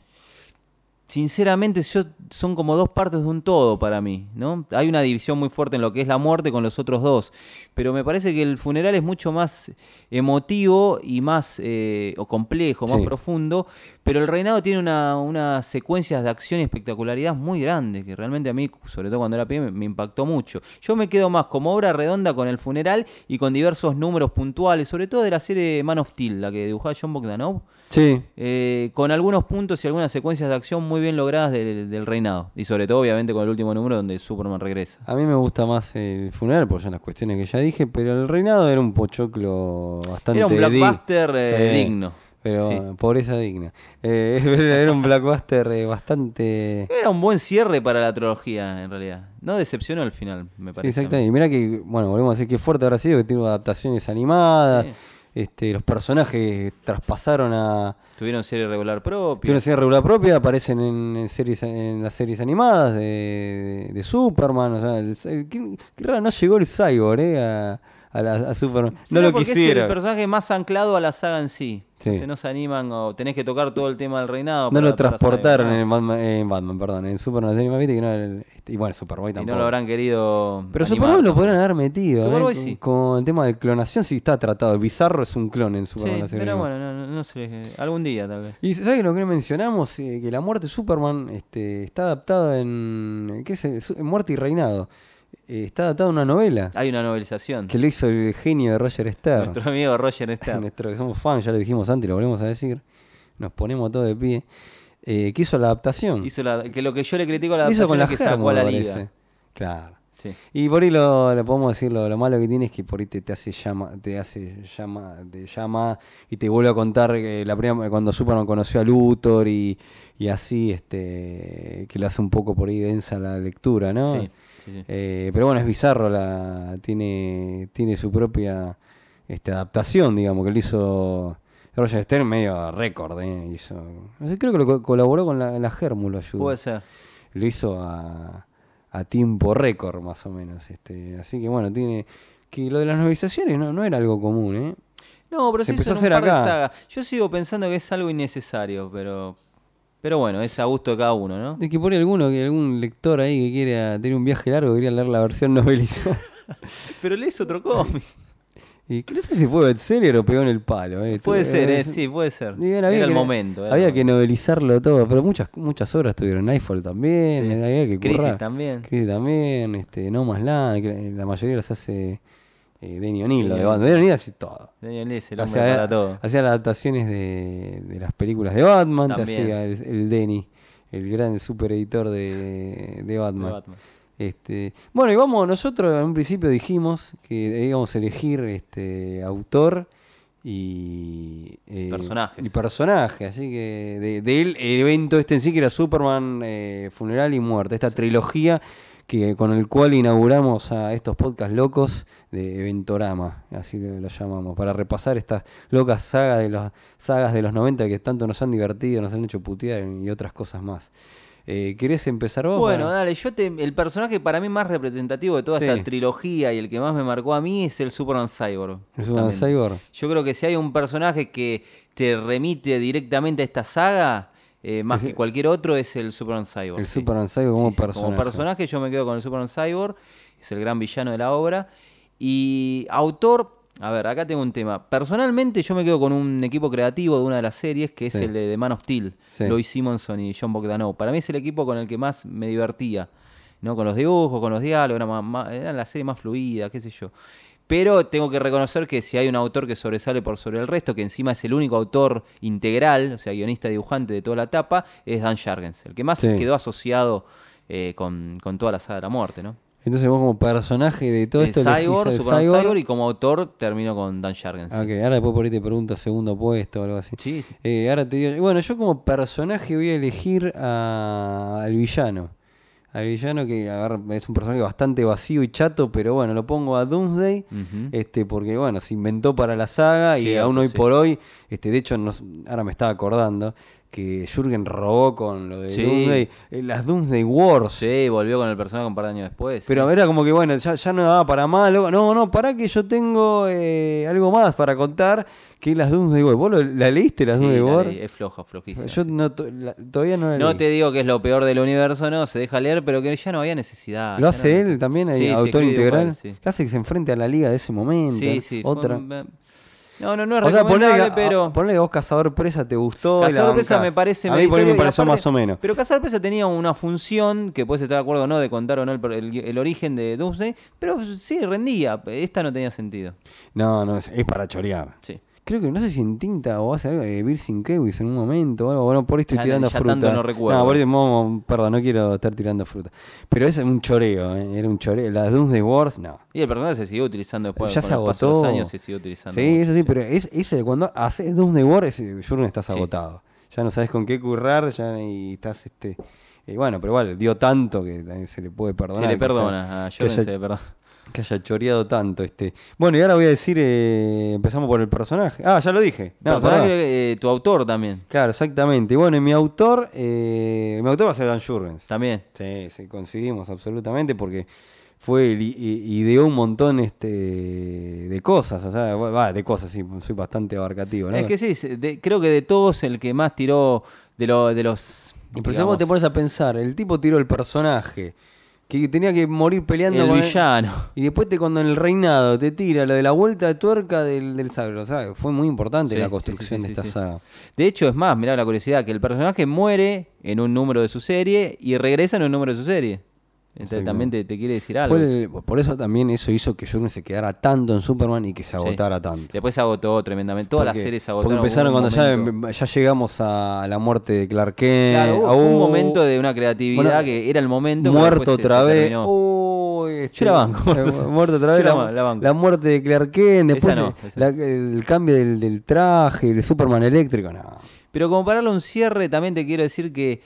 Speaker 4: Sinceramente, yo, son como dos partes de un todo para mí, ¿no? Hay una división muy fuerte en lo que es la muerte con los otros dos, pero me parece que el funeral es mucho más emotivo y más eh, o complejo, más
Speaker 3: Sí.
Speaker 4: profundo, pero el reinado tiene una- unas secuencias de acción y espectacularidad muy grandes, que realmente a mí, sobre todo cuando era pibe, me, me impactó mucho. Yo me quedo más como obra redonda con el funeral y con diversos números puntuales, sobre todo de la serie Man of Steel, la que dibujaba John Bogdanov.
Speaker 3: Sí,
Speaker 4: Eh, con algunos puntos y algunas secuencias de acción muy bien logradas del, del reinado. Y sobre todo, obviamente, con el último número donde Superman regresa.
Speaker 3: a mí me gusta más el funeral por ya las cuestiones que ya dije, pero el reinado era un pochoclo bastante
Speaker 4: Era un
Speaker 3: di-
Speaker 4: blockbuster eh,
Speaker 3: Sí.
Speaker 4: digno.
Speaker 3: Pero
Speaker 4: Sí.
Speaker 3: eh, pobreza digna. Eh, *laughs* era un blockbuster eh, bastante...
Speaker 4: Era un buen cierre para la trilogía, en realidad. No decepcionó al final, me
Speaker 3: Sí,
Speaker 4: parece.
Speaker 3: exactamente. Y mira que, bueno, volvemos a decir que fuerte habrá sido, que tiene adaptaciones animadas,
Speaker 4: Sí.
Speaker 3: este, los personajes traspasaron a...
Speaker 4: Tuvieron serie regular propia.
Speaker 3: Tiene una serie regular propia, aparecen en, en series, en las series animadas de, de- de Superman. O sea, el- el- qué, qué raro, no llegó el cyborg eh, a, a la- a Superman. No
Speaker 4: ¿Será
Speaker 3: lo
Speaker 4: porque Es el
Speaker 3: quisieron.
Speaker 4: personaje más anclado a la saga en sí.
Speaker 3: Sí.
Speaker 4: Entonces no se animan o tenés que tocar todo el tema del
Speaker 3: No
Speaker 4: reinado. para-
Speaker 3: lo
Speaker 4: para saber,
Speaker 3: transportaron
Speaker 4: ¿no?
Speaker 3: en Batman, en Batman, perdón, en Superman. la serie más viste que no era el- este, y bueno, Superboy
Speaker 4: Y
Speaker 3: tampoco.
Speaker 4: no lo habrán querido.
Speaker 3: Pero
Speaker 4: animar
Speaker 3: Superboy lo
Speaker 4: tampoco.
Speaker 3: podrían haber metido.
Speaker 4: Superboy
Speaker 3: eh,
Speaker 4: sí.
Speaker 3: Con el tema de clonación sí está tratado. Bizarro es un clon en Superman.
Speaker 4: Sí,
Speaker 3: la serie
Speaker 4: pero
Speaker 3: animada.
Speaker 4: bueno, no, no- no sé. Algún día, tal vez.
Speaker 3: Y ¿sabes lo que no mencionamos? Eh, que la muerte de Superman este, está adaptada en. ¿Qué es? Eh, Su- en Muerte y Reinado. Eh, está adaptada a una novela
Speaker 4: Hay una novelización.
Speaker 3: que lo hizo el genio de Roger Stern.
Speaker 4: Ah.
Speaker 3: *laughs*
Speaker 4: Nuestro amigo Roger Stern.
Speaker 3: Nuestro que somos fans, ya lo dijimos antes, lo volvemos a decir. Nos ponemos todos de pie. Eh, que hizo la adaptación.
Speaker 4: Hizo la- que lo que yo le critico a la
Speaker 3: Lo hizo
Speaker 4: adaptación
Speaker 3: con
Speaker 4: es
Speaker 3: la
Speaker 4: que
Speaker 3: germo,
Speaker 4: sacó a la
Speaker 3: me
Speaker 4: liga.
Speaker 3: parece. Claro.
Speaker 4: Sí.
Speaker 3: Y por ahí lo, lo podemos decir, lo, lo malo que tiene es que por ahí te, te hace llama, te hace llama, te llama y te vuelve a contar que la primera cuando Superman conoció a Luthor y, y así, este, que lo hace un poco por ahí densa la lectura, ¿no?
Speaker 4: Sí, sí, sí.
Speaker 3: Eh, pero bueno, es bizarro, la, tiene, tiene su propia este, adaptación, digamos, que lo hizo Roger Stern medio récord, ¿eh? hizo- no sé, creo que lo co- colaboró con la, la Germu, lo ayudó
Speaker 4: Puede ser.
Speaker 3: lo hizo a, a tiempo récord más o menos este así que bueno tiene que lo de las novelizaciones no, no era algo común eh
Speaker 4: No, pero
Speaker 3: Se
Speaker 4: se,
Speaker 3: empezó
Speaker 4: hizo
Speaker 3: a hacer
Speaker 4: en un par
Speaker 3: acá.
Speaker 4: de sagas. Yo sigo pensando que es algo innecesario, pero. Pero bueno, es a gusto de cada uno, ¿no? *laughs*
Speaker 3: de que por ahí alguno que algún lector ahí que quiera tener un viaje largo quería leer la versión novelizada
Speaker 4: Pero lees otro cómic.
Speaker 3: *laughs* y no sé si fue bestseller o pegó en el palo eh.
Speaker 4: puede
Speaker 3: Tuvo-
Speaker 4: ser,
Speaker 3: eh,
Speaker 4: eh, sí, puede ser.
Speaker 3: y bueno,
Speaker 4: era
Speaker 3: había
Speaker 4: el
Speaker 3: que-
Speaker 4: momento. era el
Speaker 3: había que
Speaker 4: momento.
Speaker 3: novelizarlo todo pero muchas muchas obras tuvieron Nightfall también
Speaker 4: Sí.
Speaker 3: había que
Speaker 4: Crisis
Speaker 3: currar.
Speaker 4: también.
Speaker 3: Crisis también este No Más Land que la- la mayoría las hace eh, Denny O'Neill lo de
Speaker 4: O'Neill.
Speaker 3: Batman Denny O'Neill hace todo
Speaker 4: Daniel Lee es el hombre
Speaker 3: Hacía,
Speaker 4: para todo.
Speaker 3: hacía las adaptaciones de, de las películas de Batman, te
Speaker 4: También.
Speaker 3: hacía el, el Denny, el gran super editor de, de
Speaker 4: de
Speaker 3: Batman.
Speaker 4: Batman.
Speaker 3: Este, bueno, y vamos, nosotros en un principio dijimos que íbamos a elegir este autor y eh,
Speaker 4: Personajes.
Speaker 3: Y personaje, así que de- del evento este en sí que era Superman, eh, Funeral y Muerte, esta trilogía que con el cual inauguramos a estos podcasts locos de Eventorama, así lo, lo llamamos, para repasar estas locas sagas de los, sagas de los 90 que tanto nos han divertido, nos han hecho putear y otras cosas más. Eh, ¿Querés empezar vos?
Speaker 4: Bueno, dale, yo te, el personaje para mí más representativo de toda
Speaker 3: Sí.
Speaker 4: esta trilogía y el que más me marcó a mí es el Superman Cyborg.
Speaker 3: El Superman
Speaker 4: justamente.
Speaker 3: Cyborg.
Speaker 4: Yo creo que si hay un personaje que te remite directamente a esta saga, eh, más que cualquier otro, es el Superman Cyborg.
Speaker 3: El
Speaker 4: sí.
Speaker 3: Superman Cyborg como
Speaker 4: Sí, sí,
Speaker 3: personaje.
Speaker 4: personaje yo me quedo con el Superman Cyborg, es el gran villano de la obra. Y autor, a ver, acá tengo un tema. Personalmente yo me quedo con un equipo creativo de una de las series, que
Speaker 3: Sí.
Speaker 4: es el de The Man of Steel,
Speaker 3: Sí.
Speaker 4: Lois Simonson y John Bogdanov. Para mí es el equipo con el que más me divertía. ¿no? Con los dibujos, con los diálogos, era, más- más- era la serie más fluida, qué sé yo. Pero tengo que reconocer que si hay un autor que sobresale por sobre el resto, que encima es el único autor integral, o sea, guionista, dibujante de toda la etapa, es Dan Jargens, el que más
Speaker 3: Sí.
Speaker 4: quedó asociado eh, con, con toda la saga de la muerte, ¿no?
Speaker 3: Entonces vos como personaje de todo
Speaker 4: El
Speaker 3: esto elegís
Speaker 4: Cyborg,
Speaker 3: al
Speaker 4: Superman Cyborg. y como autor termino con Dan Jargens.
Speaker 3: Ah, ok, ahora después por ahí te pregunto segundo puesto o algo así.
Speaker 4: Sí, sí.
Speaker 3: Eh, ahora te digo, bueno, yo como personaje voy a elegir a- al villano, al villano que agarra- es un personaje bastante vacío y chato, pero bueno, lo pongo a Doomsday,
Speaker 4: Ujú.
Speaker 3: este, porque bueno, se inventó para la saga y
Speaker 4: Cierto,
Speaker 3: aún hoy
Speaker 4: sí.
Speaker 3: por hoy, este, de hecho, nos- ahora me estaba acordando que Jürgen robó con lo de
Speaker 4: Sí.
Speaker 3: Doomsday, eh, las Doomsday Wars.
Speaker 4: Sí, volvió con el personaje un par de años después.
Speaker 3: Pero era como que, bueno, ya, ya no daba para más. luego, no, no, pará que yo tengo eh, algo más para contar que las Doomsday Wars. ¿Vos lo- la leíste, las
Speaker 4: Sí,
Speaker 3: Doomsday
Speaker 4: la
Speaker 3: Wars?
Speaker 4: ley, es floja, flojísima.
Speaker 3: Yo no to- la- todavía no la
Speaker 4: No
Speaker 3: leí.
Speaker 4: te digo que es lo peor del universo, no, se deja leer, pero que ya no había necesidad. ya
Speaker 3: ¿Lo hace
Speaker 4: no-
Speaker 3: él también,
Speaker 4: Sí,
Speaker 3: ahí,
Speaker 4: se
Speaker 3: autor
Speaker 4: escribe
Speaker 3: integral?
Speaker 4: igual, sí.
Speaker 3: Casi que se enfrenta a la liga de ese momento.
Speaker 4: Sí, sí, fue
Speaker 3: Otra.
Speaker 4: un- No, no, no es
Speaker 3: O sea, ponle,
Speaker 4: recomendable,
Speaker 3: a-
Speaker 4: pero...
Speaker 3: ponle que ah, vos Cazador Presa te gustó. y la
Speaker 4: Cazador Presa
Speaker 3: bancás.
Speaker 4: me parece
Speaker 3: A mí por ahí me
Speaker 4: meritorio y
Speaker 3: pareció
Speaker 4: aparte-
Speaker 3: más o menos.
Speaker 4: Pero Cazador Presa tenía una función, que puedes estar de acuerdo o no, de contar o no el, el- el origen de Doomsday, pero sí, rendía. Esta no tenía sentido.
Speaker 3: No, no, es, es para chorear.
Speaker 4: Sí.
Speaker 3: Creo que no sé si en tinta o hace algo de Virgin Kewis en un momento o algo. Bueno, por ahí estoy
Speaker 4: Ya no-
Speaker 3: tirando
Speaker 4: ya
Speaker 3: fruta.
Speaker 4: tanto no recuerdo.
Speaker 3: por ahí, momo, perdón, no quiero estar tirando fruta. Pero ese es un choreo, ¿eh? era un choreo. Las Doomsday Wars, no.
Speaker 4: Y el personaje se siguió utilizando después.
Speaker 3: ya
Speaker 4: con
Speaker 3: se
Speaker 4: el paso de los
Speaker 3: agotó.
Speaker 4: años se siguió utilizando.
Speaker 3: sí,
Speaker 4: mucho,
Speaker 3: eso sí, pero es, ese de cuando haces Doomsday Wars, ese Jurgen estás
Speaker 4: Sí.
Speaker 3: agotado. Ya no sabes con qué currar, ya y estás este. Y bueno, pero igual, dio tanto que también se le puede perdonar.
Speaker 4: Se le
Speaker 3: que haya-
Speaker 4: perdona, ah, a
Speaker 3: que
Speaker 4: Jordan
Speaker 3: haya-
Speaker 4: se le perdona.
Speaker 3: que haya choreado tanto este. Bueno, y ahora voy a decir, eh, empezamos por el personaje. Ah, ya lo dije. No,
Speaker 4: Personaje,
Speaker 3: pará.
Speaker 4: eh, tu autor también.
Speaker 3: Claro, exactamente. Y bueno, y mi autor, eh, mi autor va a ser Dan Jurgens.
Speaker 4: También.
Speaker 3: Sí, sí, coincidimos absolutamente porque fue el i- i- ideó un montón este de cosas, o sea, va, de cosas, sí, soy bastante abarcativo, ¿no?
Speaker 4: Es que sí, se- de- creo que de todos el que más tiró de, lo- de los.
Speaker 3: Y pero si vos te
Speaker 4: digamos,
Speaker 3: pones a pensar, el tipo tiró el personaje que tenía que morir peleando
Speaker 4: el
Speaker 3: con el-
Speaker 4: villano.
Speaker 3: Y después te cuando en el reinado te tira lo de la vuelta de tuerca del, del sagro. O sea, fue muy importante
Speaker 4: Sí,
Speaker 3: la
Speaker 4: sí,
Speaker 3: construcción
Speaker 4: sí, sí,
Speaker 3: de esta
Speaker 4: sí.
Speaker 3: saga.
Speaker 4: De hecho, es más, mirá la curiosidad, que el personaje muere en un número de su serie y regresa en un número de su serie. Entonces
Speaker 3: Exacto.
Speaker 4: también te, te quiere decir algo.
Speaker 3: Fue
Speaker 4: eso.
Speaker 3: el- por eso también eso hizo que Jürgen se quedara tanto en Superman y que se agotara tanto.
Speaker 4: Después se agotó tremendamente. Todas las
Speaker 3: Porque-
Speaker 4: series se
Speaker 3: Porque
Speaker 4: agotaron.
Speaker 3: empezaron
Speaker 4: hubo un
Speaker 3: cuando ya, em-
Speaker 4: momento-
Speaker 3: ya llegamos a la muerte de Clark Kent.
Speaker 4: Claro, hubo-
Speaker 3: Ah,
Speaker 4: fue un
Speaker 3: uh,
Speaker 4: momento de una creatividad
Speaker 3: Bueno,
Speaker 4: que era el momento. pero
Speaker 3: Muerto
Speaker 4: después se-
Speaker 3: otra
Speaker 4: se
Speaker 3: vez.
Speaker 4: terminó.
Speaker 3: Uy, este,
Speaker 4: la
Speaker 3: *laughs*
Speaker 4: banco.
Speaker 3: muerto otra vez.
Speaker 4: Yo la
Speaker 3: La,
Speaker 4: ba- la banco.
Speaker 3: la muerte de Clark Kent. Después
Speaker 4: Esa no,
Speaker 3: eh,
Speaker 4: esa.
Speaker 3: la- el cambio del, del traje, el Superman eléctrico. No.
Speaker 4: Pero como para darle un cierre, también te quiero decir que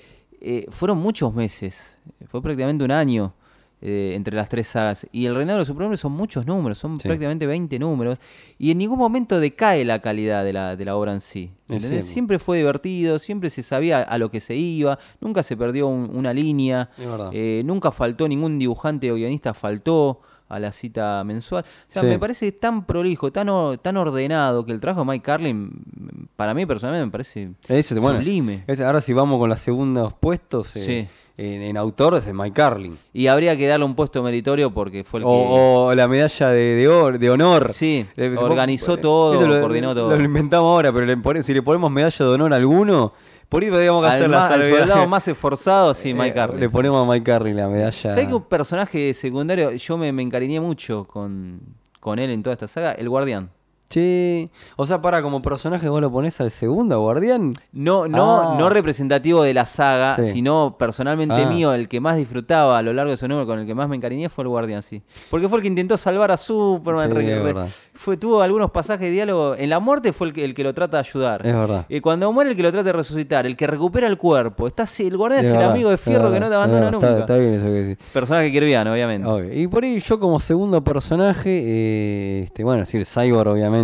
Speaker 4: eh, fueron muchos meses. Fue prácticamente un año eh, entre las tres sagas. Y el reinado de los superhombres son muchos números, son
Speaker 3: Sí.
Speaker 4: prácticamente 20 números. Y en ningún momento decae la calidad de la, de la obra en sí.
Speaker 3: Es
Speaker 4: ¿entendés?
Speaker 3: cierto.
Speaker 4: Siempre fue divertido, siempre se sabía a lo que se iba, nunca se perdió un- una línea.
Speaker 3: Es verdad.
Speaker 4: Eh, nunca faltó ningún dibujante o guionista faltó a la cita mensual. O sea,
Speaker 3: Sí.
Speaker 4: me parece tan prolijo, tan, o- tan ordenado que el trabajo de Mike Carlin, m- para mí personalmente me parece
Speaker 3: Ese, bueno,
Speaker 4: sublime.
Speaker 3: ese- ahora si vamos con los segundos puestos eh,
Speaker 4: Sí.
Speaker 3: en, en autor es Mike Carlin.
Speaker 4: Y habría que darle un puesto meritorio porque fue el que...
Speaker 3: O, o la medalla de, de or- de honor.
Speaker 4: Sí,
Speaker 3: Eh, supongo-
Speaker 4: organizó
Speaker 3: eh,
Speaker 4: todo,
Speaker 3: eso lo,
Speaker 4: coordinó todo.
Speaker 3: Lo inventamos ahora, pero le pone- si le ponemos medalla de honor a alguno, por ahí podríamos
Speaker 4: al
Speaker 3: hacer la
Speaker 4: más- al
Speaker 3: salvedad.
Speaker 4: soldado más esforzado, sí,
Speaker 3: *laughs* Eh,
Speaker 4: Mike Carlin.
Speaker 3: Le ponemos a Mike Carlin la medalla.
Speaker 4: ¿Sabés que un personaje secundario, yo me, me encariñé mucho con, con él en toda esta saga? El Guardián.
Speaker 3: Che, o sea, para como personaje vos lo ponés al segundo guardián.
Speaker 4: No, no,
Speaker 3: Ah.
Speaker 4: no representativo de la saga,
Speaker 3: Sí.
Speaker 4: sino personalmente
Speaker 3: Ah.
Speaker 4: mío, el que más disfrutaba a lo largo de su número, con el que más me encariñé fue el Guardián, sí. Porque fue el que intentó salvar a Superman.
Speaker 3: Sí,
Speaker 4: re-
Speaker 3: es
Speaker 4: re-
Speaker 3: verdad.
Speaker 4: fue, tuvo algunos pasajes de diálogo. En la muerte fue el que, el que lo trata de ayudar.
Speaker 3: Es verdad.
Speaker 4: Eh, cuando muere el que lo trata de resucitar, el que recupera el cuerpo. Está, así- el Guardián es, el
Speaker 3: verdad,
Speaker 4: amigo de
Speaker 3: es
Speaker 4: Fierro
Speaker 3: verdad,
Speaker 4: que no te
Speaker 3: es
Speaker 4: abandona
Speaker 3: verdad,
Speaker 4: nunca.
Speaker 3: está- está bien Ah, eso que decís.
Speaker 4: Personaje kirviano, obviamente.
Speaker 3: Obvio. Y por ahí yo como segundo personaje, eh, este, bueno, sí, el Cyborg obviamente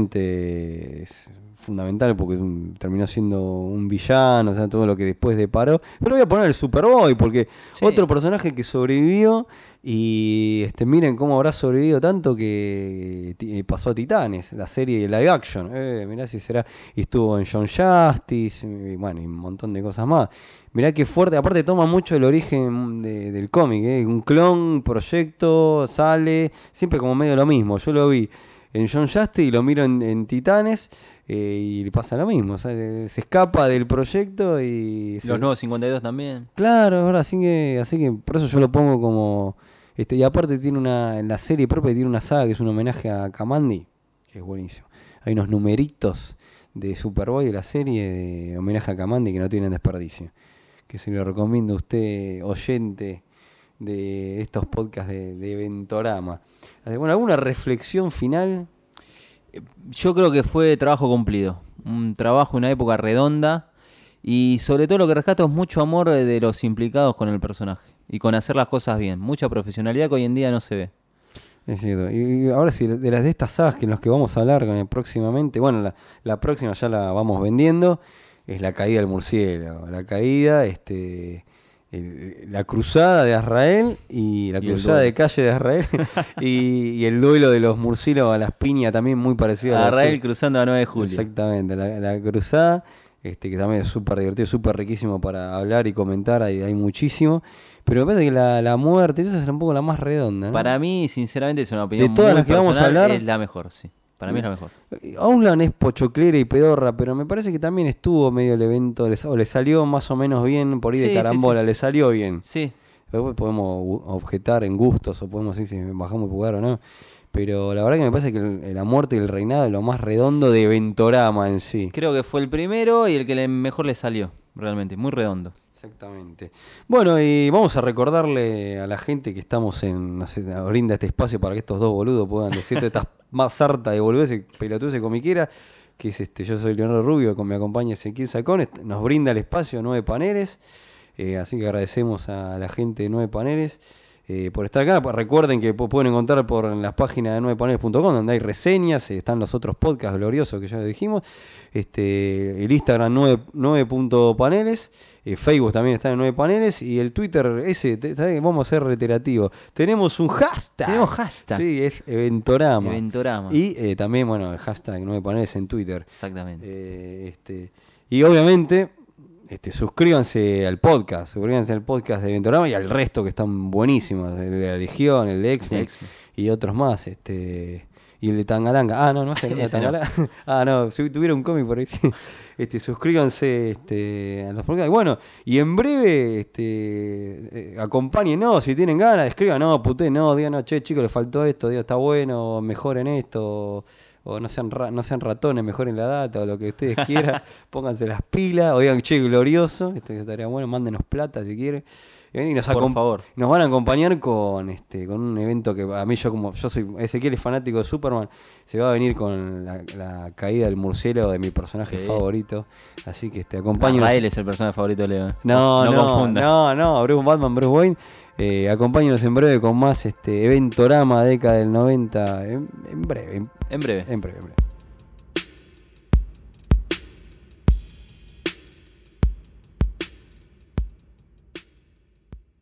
Speaker 3: es fundamental porque es un- terminó siendo un villano, o sea, todo lo que después deparó. Pero voy a poner el Superboy porque
Speaker 4: Sí.
Speaker 3: otro personaje que sobrevivió y este, miren cómo habrá sobrevivido tanto que ti- eh, pasó a Titanes, la serie de live action. Eh, mirá si será. Y estuvo en John Justice, y bueno, y un montón de cosas más. Mirá qué fuerte, aparte toma mucho el origen de- del cómic, eh, un clon, proyecto, sale, siempre como medio lo mismo. Yo lo vi en John Justice y lo miro en, en Titanes eh, y le pasa lo mismo, o sea, eh, se escapa del proyecto y... se-
Speaker 4: Los nuevos 52 también.
Speaker 3: Claro, es verdad, así que, así que por eso yo lo pongo como. Este, y aparte tiene una. En la serie propia tiene una saga que es un homenaje a Kamandi, que es buenísimo. Hay unos numeritos de Superboy de la serie de homenaje a Kamandi que no tienen desperdicio. Que se lo recomiendo a usted, oyente de estos podcasts de, de Ventorama. Así que, Bueno, ¿alguna reflexión final?
Speaker 4: Yo creo que fue trabajo cumplido. Un trabajo, una época redonda. Y sobre todo lo que rescato es mucho amor de los implicados con el personaje. y con hacer las cosas bien. Mucha profesionalidad que hoy en día no se ve.
Speaker 3: Es cierto. Y y ahora sí, de las de estas sagas que en las que vamos a hablar con el- próximamente, bueno, la, la próxima ya la vamos vendiendo, es la caída del murciélago, la caída, este el- la cruzada de Israel y la
Speaker 4: Y el
Speaker 3: cruzada de
Speaker 4: duelo.
Speaker 3: calle de
Speaker 4: *laughs*
Speaker 3: Israel y, y el duelo de los murciélagos a las piñas también muy parecido a la
Speaker 4: Agarrar
Speaker 3: sur.
Speaker 4: el cruzando a 9 de julio.
Speaker 3: Exactamente, la, la cruzada, este, que también es súper divertido, súper riquísimo para hablar y comentar, hay, hay muchísimo. Pero me parece que la, la muerte, esa es un poco la más redonda. ¿no?
Speaker 4: Para mí, sinceramente, es una opinión
Speaker 3: todas
Speaker 4: muy
Speaker 3: las que vamos a
Speaker 4: personal,
Speaker 3: hablar-
Speaker 4: es la mejor, sí. Para mí es la mejor.
Speaker 3: Aulan es pochoclera y pedorra, pero me parece que también estuvo medio el evento, le sa- o le salió más o menos bien, por ahí
Speaker 4: Sí,
Speaker 3: de
Speaker 4: sí,
Speaker 3: carambola, le salió bien.
Speaker 4: Sí,
Speaker 3: Después podemos u- objetar en gustos, o podemos decir si bajamos el lugar o no. Pero la verdad que me parece que el- la muerte y el reinado es lo más redondo de Ventorama en sí.
Speaker 4: creo que fue el primero y el que le- mejor le salió, realmente, muy redondo.
Speaker 3: Exactamente. Bueno, y vamos a recordarle a la gente que estamos en. no sé, brinda este espacio para que estos dos boludos puedan decirte estas más sarta de boludeces, pelotudeces, comiquera. Que es este, yo soy Leonardo Rubio, con me acompaña Ezequiel Sacón. est- Nos brinda el espacio Nueve Paneles. eh, así que agradecemos a la gente de Nueve Paneles eh, por estar acá. Pa- Recuerden que pu- pueden encontrar por en las páginas de 9paneles.com, donde hay reseñas, eh, están los otros podcasts gloriosos que ya lo dijimos. Este, el Instagram 9, 9.paneles, eh, Facebook también está en 9 paneles y el Twitter ese, te- ¿sabés? vamos a ser reiterativo. Tenemos un hashtag.
Speaker 4: Tenemos hashtag.
Speaker 3: Sí, es Eventorama.
Speaker 4: Eventorama.
Speaker 3: Y eh, también, bueno, el hashtag 9 paneles en Twitter.
Speaker 4: Exactamente.
Speaker 3: Eh, este, y obviamente, este, suscríbanse al podcast, suscríbanse al podcast de Ventorama y al resto que están buenísimos, el de la Legión, el de X-Men
Speaker 4: X-Men.
Speaker 3: y otros más, este y el de Tangalanga. Ah, no, no
Speaker 4: *laughs*
Speaker 3: sé, el *laughs* de
Speaker 4: Ese no.
Speaker 3: Tangalanga. Ah, no, si tuviera un cómic por ahí. *laughs* Este, suscríbanse este, a los podcasts. Bueno, y en breve, este, eh, acompáñenos si tienen ganas, escriban, no, puté, no, digan, no, che, chicos, le faltó esto, digo, está bueno, mejoren esto, o no sean, ra- no sean ratones, mejoren la data, o lo que
Speaker 4: *laughs*
Speaker 3: ustedes quieran, pónganse las pilas, o digan, che, glorioso, esto estaría bueno, mándenos plata si quieren. Y ven y nos
Speaker 4: Por
Speaker 3: acom-
Speaker 4: favor.
Speaker 3: nos van a acompañar con este con un evento que a mí yo como yo soy Ezequiel es fanático de Superman, se va a venir con la, la caída del murciélago de mi personaje
Speaker 4: Sí.
Speaker 3: favorito, así que este acompáñenos.
Speaker 4: Rafael Ah, es el personaje favorito de Leo. ¿eh?
Speaker 3: No, no, no,
Speaker 4: confunda.
Speaker 3: no, Bruce Batman, Bruce Wayne. Eh, acompáñenos en breve con más este eventorama década del 90 en, en breve, en-
Speaker 4: En breve.
Speaker 3: en breve, en breve.